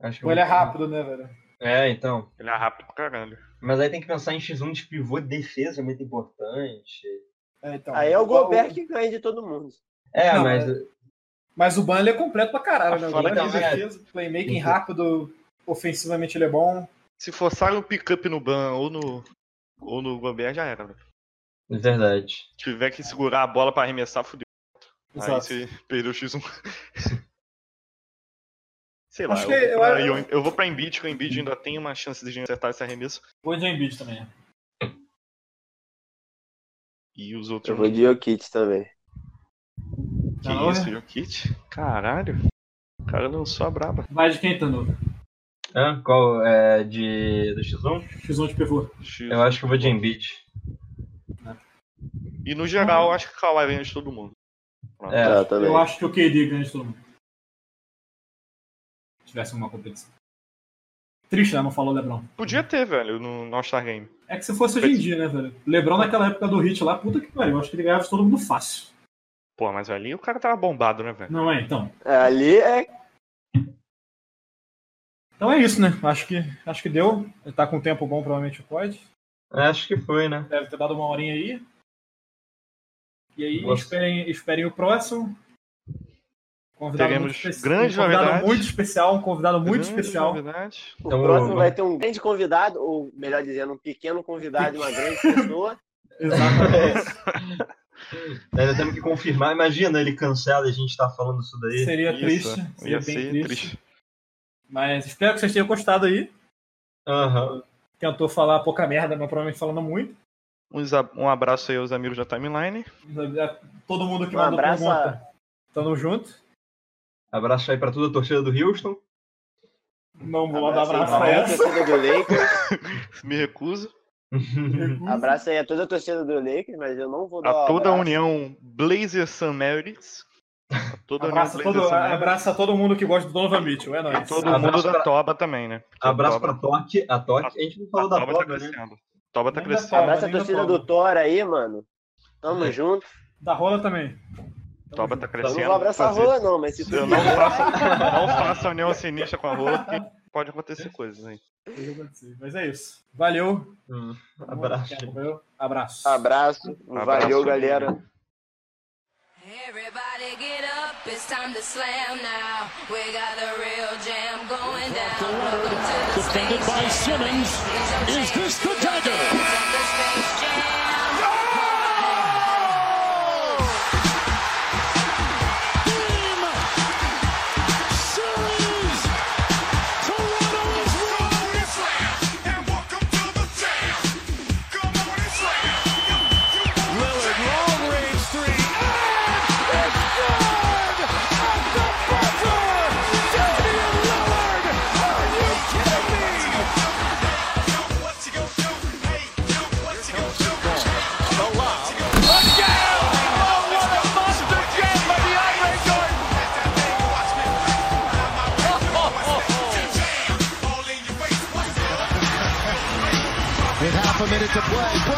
H: Acho
G: Pô, ele é rápido, né, velho?
H: É, então.
C: Ele é rápido pra caralho.
H: Mas aí tem que pensar em X1 de pivô, defesa é muito importante.
G: É, então.
F: Aí é o
G: Qual-
F: Gobert que ganha de todo mundo.
H: É,
G: Não,
H: mas.
G: Mas o Ban ele é completo pra
F: Tá
G: caralho, né? O
C: Fora
G: Ban
H: que
G: ele
H: não é.
G: defesa,
C: Uhum.
G: playmaking rápido, ofensivamente ele é bom.
C: Se forçar o pick-up no Ban ou no. ou no Gobert, já era, velho.
H: É verdade.
C: Se tiver que segurar a bola pra arremessar, fudeu. Ah, Aí
G: Exato.
C: você perdeu o X1. [laughs] Sei lá,
G: Acho que
C: eu, vou pra,
G: eu-
C: eu, eu vou pra Embiid, que o Embiid ainda tem uma chance de acertar esse arremesso.
G: Vou de é Embiid também. né?
C: E os outros...
F: Eu vou de Jokic também.
C: Que
G: Não,
C: isso,
G: né?
C: Jokic? Caralho. O cara lançou a braba.
G: Vai de quem, Tanu?
H: Hã? Qual é de. do X1?
G: X1 de pivô.
C: X1.
H: Eu acho que eu vou de Embiid.
C: E no geral, eu acho que o Kawhi ganha de todo mundo.
H: É,
F: Ah, também.
G: Eu acho que o KD ganha de todo mundo. Se tivesse uma competição. Triste, né? Não falou Lebron.
C: Podia ter, velho, no, no All-Star Game.
G: É que se fosse hoje em dia, né, velho? Lebron naquela época do hit lá, puta que pariu. Eu acho que ele ganhava de todo mundo fácil.
C: Pô, mas ali o cara tava bombado, né, velho?
G: Não é, então.
F: Ali é.
G: Então é isso, né? Acho que, acho que deu. Ele tá com um tempo bom, provavelmente pode.
H: Acho que foi, né?
G: Deve ter dado uma horinha aí. E aí,
H: Nossa.
G: esperem, esperem o próximo. Um Convidado
C: Teremos
G: muito espe-
C: grandes
G: um convidado
C: novidades.
G: muito especial, um convidado muito
C: Grande
G: especial.
C: novidade.
F: O
H: Então,
F: próximo
H: vamos-
F: vai ter um grande convidado, ou melhor dizendo, um pequeno convidado e
G: [laughs]
F: uma grande pessoa.
G: Exatamente. [laughs]
H: Ainda temos que confirmar. Imagina, ele cancela e a gente tá falando isso daí.
G: seria
C: Isso,
G: triste, seria
C: tá. Ia
G: bem
C: ser
G: triste.
C: triste.
G: Mas espero que vocês tenham gostado aí.
H: Aham.
G: Tentou falar pouca merda, mas provavelmente falando muito.
C: Uns a- Um abraço aí aos amigos da timeline.
G: Todo mundo que
F: Um
G: mandou
F: abraço
G: pergunta. Tamo junto.
H: Abraço aí pra toda a torcida do Houston.
G: Não vou mandar
F: aí
G: abraço
F: pra
G: pra
F: maior
G: essa.
F: torcida do Lakers.
C: Me recuso.
F: Abraço aí a toda a torcida do Lakers, mas eu não vou
G: Um
F: dar.
C: A
F: o
C: toda a
F: abraço.
C: União Blazer Sun Mavericks. A toda a União
G: Abraço, a
C: Blazer
G: todo,
C: Sun Mavericks.
G: abraço a todo mundo que gosta do Donovan Mitchell. É nóis.
C: né? Todo
H: Abraço
C: mundo da
H: pra-
C: Toba também, né? Porque a
H: Abraço
C: Toba-
H: pra Toque. A Toque. A gente não falou
C: a
H: da
C: Toba tá
H: Toga, né?
C: crescendo. Toba tá
G: Nem da
C: crescendo.
G: Toba.
F: Abraço a torcida do Thor aí, mano. Tamo junto.
G: Da rola também.
C: Toba tá
F: Eu
C: crescendo.
F: não vou abraçar a
C: fazer-
F: rola, não, mas se tu
C: Eu não faço, não faço a união sinistra com a rola, porque pode acontecer coisas aí.
G: Mas é isso. Valeu.
H: Hum, abraço.
G: Abraço.
F: Abraço. Valeu,
C: Abraço.
F: galera.
A: Everybody get up, it's time to slam now. We got a real jam going down. Welcome to the
B: Defended
A: Space
B: by
A: Jam.
B: Simmons. Is this the dagger?
A: It's at the Space Jam.
B: Game. Series. Toronto is rolling. Lillard, long range three. And it's good! At the buzzer! Damian Lillard! Are you kidding me? Again! Oh, what a monster game by DeAndre Jordan!
I: With half a minute to play, Brooklyn